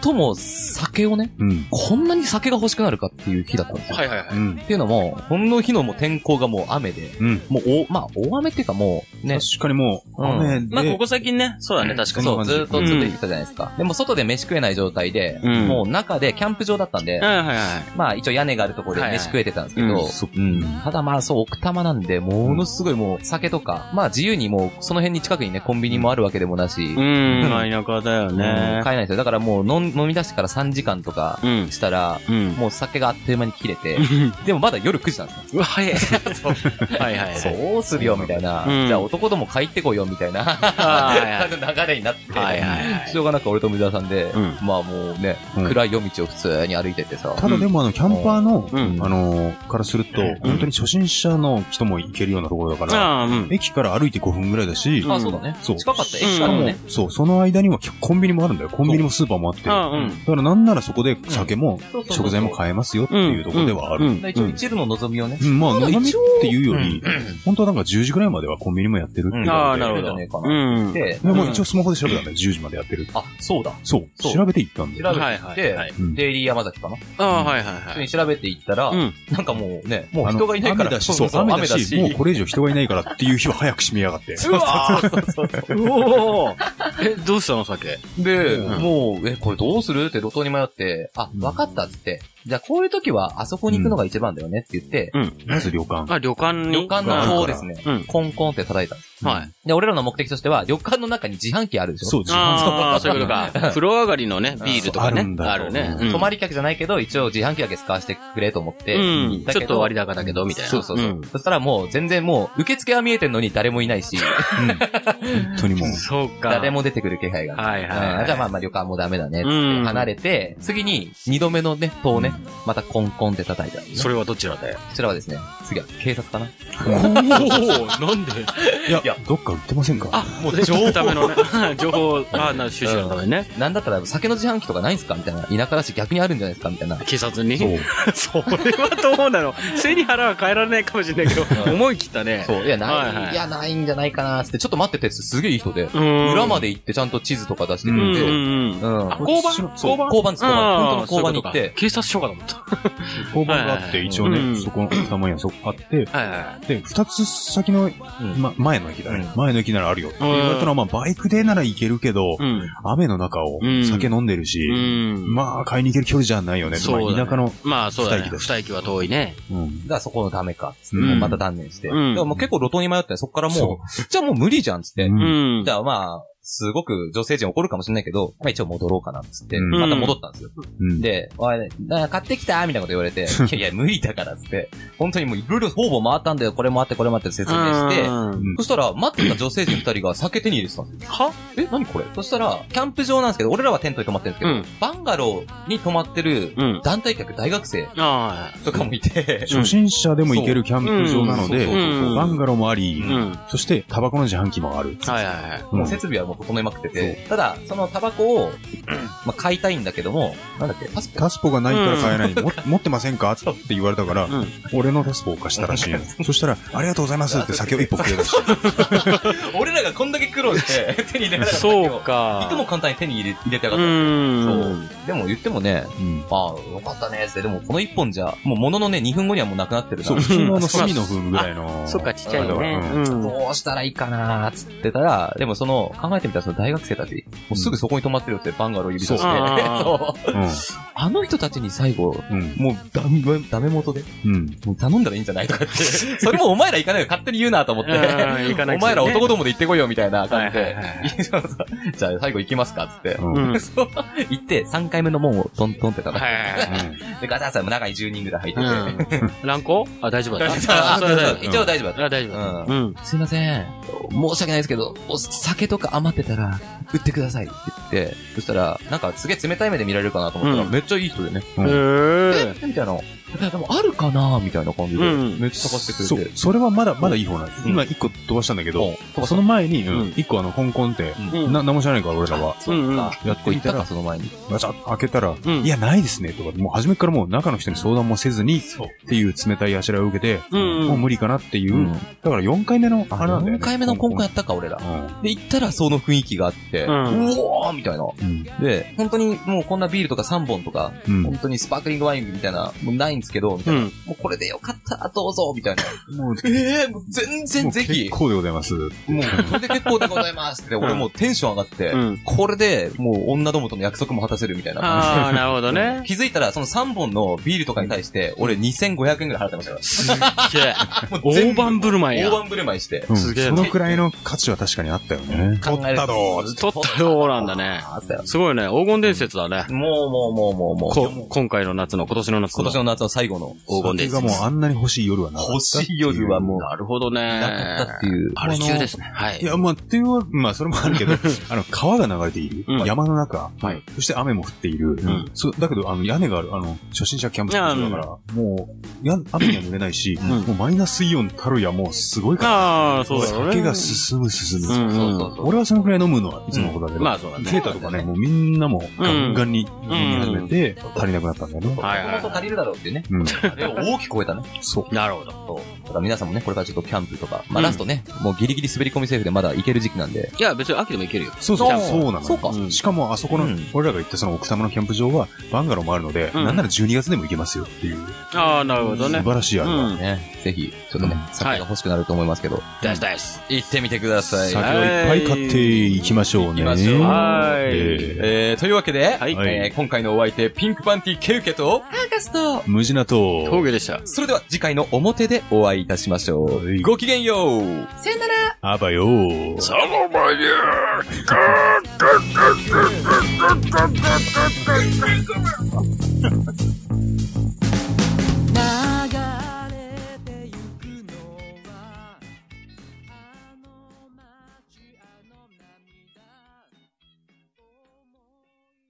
最も酒をね、
うん。
こんなに酒が欲しくなるかっていう日だったんですよ。
はいはいは
う
い。
ん。
っていうのも、この日のもう天候がもう雨で、
うん。
もうお、まあ、大雨っていうかもう、ね、
確かにもう、
うん
雨
まあ、こ
で、
こ最近ね、そうだね、確かに。
そ
そうう、ずーっと
うん
ずっと行ってたじゃないですか。でも外で飯食えない状態で、
うん
もう中でキャンプ場だったんで、
はいはいはい。
まあ一応屋根があるところで
はいはい
飯食えてたんですけど、
うん
そ
うんただまあそう、奥多摩なんで、ものすごいもう酒とか、まあ自由にもうその辺に近くにね、コンビニもあるわけでもなし、
うん。まあ、田舎だよね。
買えないんですよ。だからもう飲ん飲み出してから3時間とか
うん。
したら、
うん。
もう酒があっという間に切れて、でもまだ夜9時なんですよ。
うわ、早い。 はいはいはい。
そうするよ、みたいな。
うん
じゃあ男ども帰ってこいよ、みたいな、
はいはい
流れになって、
はいはいはい
しょうがなく俺と水田さんで、
うん
まあもうね、
うん
暗い夜道を普通に歩いてってさ、
ただでもあの、キャンパーの、
うん
あのー、からすると、本当に初心者の人も行けるようなところだから、
ああ、うん。
駅から歩いて5分ぐらいだし、
あ、そうだね。
そう
近かった、
うん
駅
し
か
から
も
も
ね。、
そう、その間にはコンビニもあるんだよ。コンビニもスーパーもあって。
ああ、う
だ
ん。
からなんならそこで酒も
そうそうそう
食材も買えますよっていうところではある。
うん
う
だから一応、一路の望みをね、
んまあ、
だ
飲み
一応
っていうより、本当はなんか10時ぐらいまではコンビニもやってるっていうので。
ああ、なるほ
じゃ
ど
ねえか。な
うん。
で、
でも一応スマホで調べたんだよ。10時までやってる。
あ、そうだ。
そう。
そう
調べていったんだ
調
よ。
べ
はい
て
は
っ
いは
て
い、
うん
デイリー山崎かな普
ああ、はいはい
通
は
に
い。
調べていったら
う、ん。
なんかもうね、もう
あの
人がいないから。
雨だし、そう、雨だし、もうこれ以上人がいないからっていう日は早く閉めやがって。
うわーそうそうそう
おおえ、どうしたの、酒。
で、
うん
もう、え、これどうするって路頭に迷って、あ、わかったっつって、じゃあこういう時はあそこに行くのが一番だよねって言って、
まず旅館。
あ、旅館に。
旅館の塔をですね、
うん
コンコンって叩いた。
はい。
で、俺らの目的としては、旅館の中に自販機あるでしょ
そう、自
あ
販
あ、そういうことか。風呂上がりのね、ビールとかね。
あるんだよ
あるね。
泊まり客じゃないけど、一応自販機だけ使わせてくれと思って、
うん。
だ
ち
け
ょ
ど
っと割高だけど、みたいな。
そうそうそう。
ん
そしたらもう全然もう、受付は見えてんのに誰もいない し、
本当にもう。
そうか。
誰。も出てくる気配が。
はいはいはい
うんじゃあまあまあ旅館もダメだねっつって
うん
離れて、次に二度目のね、塔ね、ね。またコンコンで叩いた。
それはどちらで
こちらはですね、次は警察かな
おおなんで
いや、どっか売ってませんか
あ、もう情 報ためのね。情報、あ、な、収集のためにね。
なんだったら酒の自販機とかないんすかみたいな。田舎だし逆にあるんじゃないですかみたいな。
警察に。
そう。
それはどうなの背に腹は変えられないかもしれないけど、思い切ったね。
そう。いや、ない、
はい
い
はい
や、ないんじゃないかなーって。ちょっと待ってたやつすげえいい人で。
うん
裏まで行ってちゃんと地図とか出して
う
く
ん
れ
う
て。
んうん。
うん。
あ、交番
そう交番です、交番。本当の交番に行っ
そういう
て
ことか。警察署かと思った。
交番があって、
はい
一応
うん
ね、そこのたまにはそこあって、
はいは
で、二つ先の、ま、前の駅だね。前の駅ならあるよ。
うん
言われたら、まあ、バイクでなら行けるけど
い。う、ん。
雨の中を
うん
酒飲んでるし、
うん。
まあ、買いに行ける距離じゃないよね。
そう
ま
だね
あ、田舎の、
まあそうだね。
二駅だし
二駅は遠いね。
うん
だからそこのダメか。
うん
もうまた断念して。だ
う
か
ん
らもう結構路頭に迷って、そこからも、
そう
じゃあもう無理じゃんっつって
う。ん
うん
じ。ゃあまあ、すごく女性陣怒るかもしれないけど、まあ一応戻ろうかなっつって、
うん
また戻ったんですよ。
うん
で、おい、な買ってきたみたいなこと言わ れて、いやいや、無理だからっつって、本当にもういろいろ方々回ったんだよ、これもあってこれもあって説明して、
うん
そしたら、待ってた女性陣二人が酒手に入れてたんですよ。
は
え、何これそしたら、キャンプ場なんですけど、俺らはテントに泊まってるんですけど、
うん
バンガローに泊まってる
うん。
団体客、大学生
あ
とかもいて、
初心者でも行けるキャンプ場なので、
そううんそうそう
バンガローもあり
あ。、うん。はい
そして、タバコの自販機もある。
はいはい。
うん
もう設備はもう整えまくってて、ただ、そのタバコを、まあ、買いたいんだけども、なんだっけ、パスポ
タスポがないから買えない。も持ってませんかって言われたから
うん、
俺のタスポを貸したらしいの。そしたら、ありがとうございますって酒を一本くれたし。
俺らがこんだけ苦労 して、手に入れられなかったけど
そうか。
いとも簡単に手に入れ入れてやが
う
った。
ん。
そう。でも言ってもね、
うん
ああ、よかったね、って。でもこの一本じゃ、もうもののね、2分後にはもうなくなってるな
そう、普通のあの隅の風ぐらいの。
そっか、ちっちゃいよね。
う
うん。
どうしたらいいかなーっつってたら、でもその、考えてみたらその大学生たち、もうすぐそこに泊まってるよってバンガロー指さして、
そうあー
そう。あの人たちに最後、
うん。
もうダメ、ダメ元で、
うん。
もう頼んだらいいんじゃないと かって、それもお前ら行かないよ、勝手に言うなと思って、
うん行かない
お前ら男どもで行ってこいよみたいな
は
感
い
じ
はい
で
は、
そうそう じゃあ最後行きますかっつって、
うん。
う
うん
ん。
そう行って3回目の門をトントンって叩く。
はい。
で、ガタガタ中に10人ぐらい入ってて、
うん。 乱行あ、大丈夫だっ
あ
た。あそれは大丈
一応大丈夫だった
夫。あ、大丈夫だった。
う
うん。
すいません。申し訳ないですけど、お酒とか余ってたら、売ってくださいって言って、そしたら、なんかすげえ冷たい目で見られるかなと思ったら、
うん
めっちゃいい人でね、
うん
へえ。
えみたいな。えでもあるかなみたいな感じで、
うん
めっちゃ探して
そ
くれ
う
て。、
それはまだ、まだいい方なんです。
うん
今一個飛ばしたんだけ
う
ど
ん飛ば、
その前に
うん、
一個あの、香港って、
うん
な、何も知らないから俺らは。
うんうん。
あ
やって
行
い
ったた
ら
か、その前に。
ガチャッと開けたら、
うん
いや、ないですね、とか、もう初めからもう中の人に相談もせずに、っていう冷たいあしらを受けて、
うんうん
もう無理かなっていう、
うん
だから4回目の、あれなんだよね。
4回目のコンコンやったか、俺ら。で、行ったらその雰囲気があって、う
う
んおーみたいな。
うん。
で、本当にもうこんなビールとか3本とか、
うん。
本当にスパークリングワインみたいな、もうないんですけど、みた
う
いな。
ん。
もうこれでよかった、どうぞ、み たいな。
もう、
ええもう全然ぜ
結
ひ。
構でございます。
もう、これで結構でございますって、俺もうテンション上がって、
うん
これでもう女どもとの約束も果たせるみたいな
ああ、
感
なるほど
じで。
ね。
気づいたら、その3本のビールとかに対して、俺2500円ぐらい払ってましたか
すっげえ。
ら。もう
大
全部
盤振る舞いや
大。盤振る舞いして。
うん
すげえ
そのくらいの価値は確かにあったよね。
考えると
ど
取ったようなんだね。
あったよ
すごいね。黄金伝説だね。
もうもうもうもうもう。
こ、今回の夏の、今年の夏
今
の。
年の夏の最後の
黄金
酒
伝
が
説
もう。あんなに欲しい夜はなかった。
欲しい夜はもう、
なるほど
なかった
ね
っ。ていう。
あれ中ですね。はいい。
や、まあ、っていうは、まあ、それもある けど、あの、川が流れている。
うん
山の中。
はい
そして雨も降っている。
ん
そう、だけど、あの、屋根がある、あの、初心者キャンプ場だから、もう、や、雨には濡れないし、もうマイナスイオンたるや、もうすごいから。
ああ、そうだろうね。
酒が進む進む。
うん
そうそうそう。
俺はそのくらい飲むのはいつものことだけど、
うんまあそうだね
ケータとかね、もうみんなもガンガンに飲み始めて、足りなくなったんだよね。
はいはい
もと足りるだろうっていうね。
うん。
あれを大きく超えたね。
そう。
なるほど。
そう。だから皆さんもね、これからちょっとキャンプとか、まあラストね、もうギリギリ滑り込みセーフでまだ行ける時期なんで、
いや、別に秋でもいけるよ。
そうそう
じゃあ、
そうなのよ。
そうか
んしかも、あそこの、
うん
俺らが行ったその奥多摩のキャンプ場は、バンガローもあるので、
うん
なんなら12月でも行けますよっていう。
ああ、なるほど
素
ね。
晴らしいあ
う
れは。
ん。
ね、ぜひ、ちょっとね、酒が欲しくなると思いますけど、
大事です。
行ってみてください。
酒をいっぱい買っていきましょうね。
はい行きましょう
はーい
え
え
ー、というわけで、
はい
えー今回のお相手、ピンクパンティケウケと、
ー無事なと、
峠でした。
それでは次回の表でお会いいたしましょう。
はい
ごきげんよう
あばよー。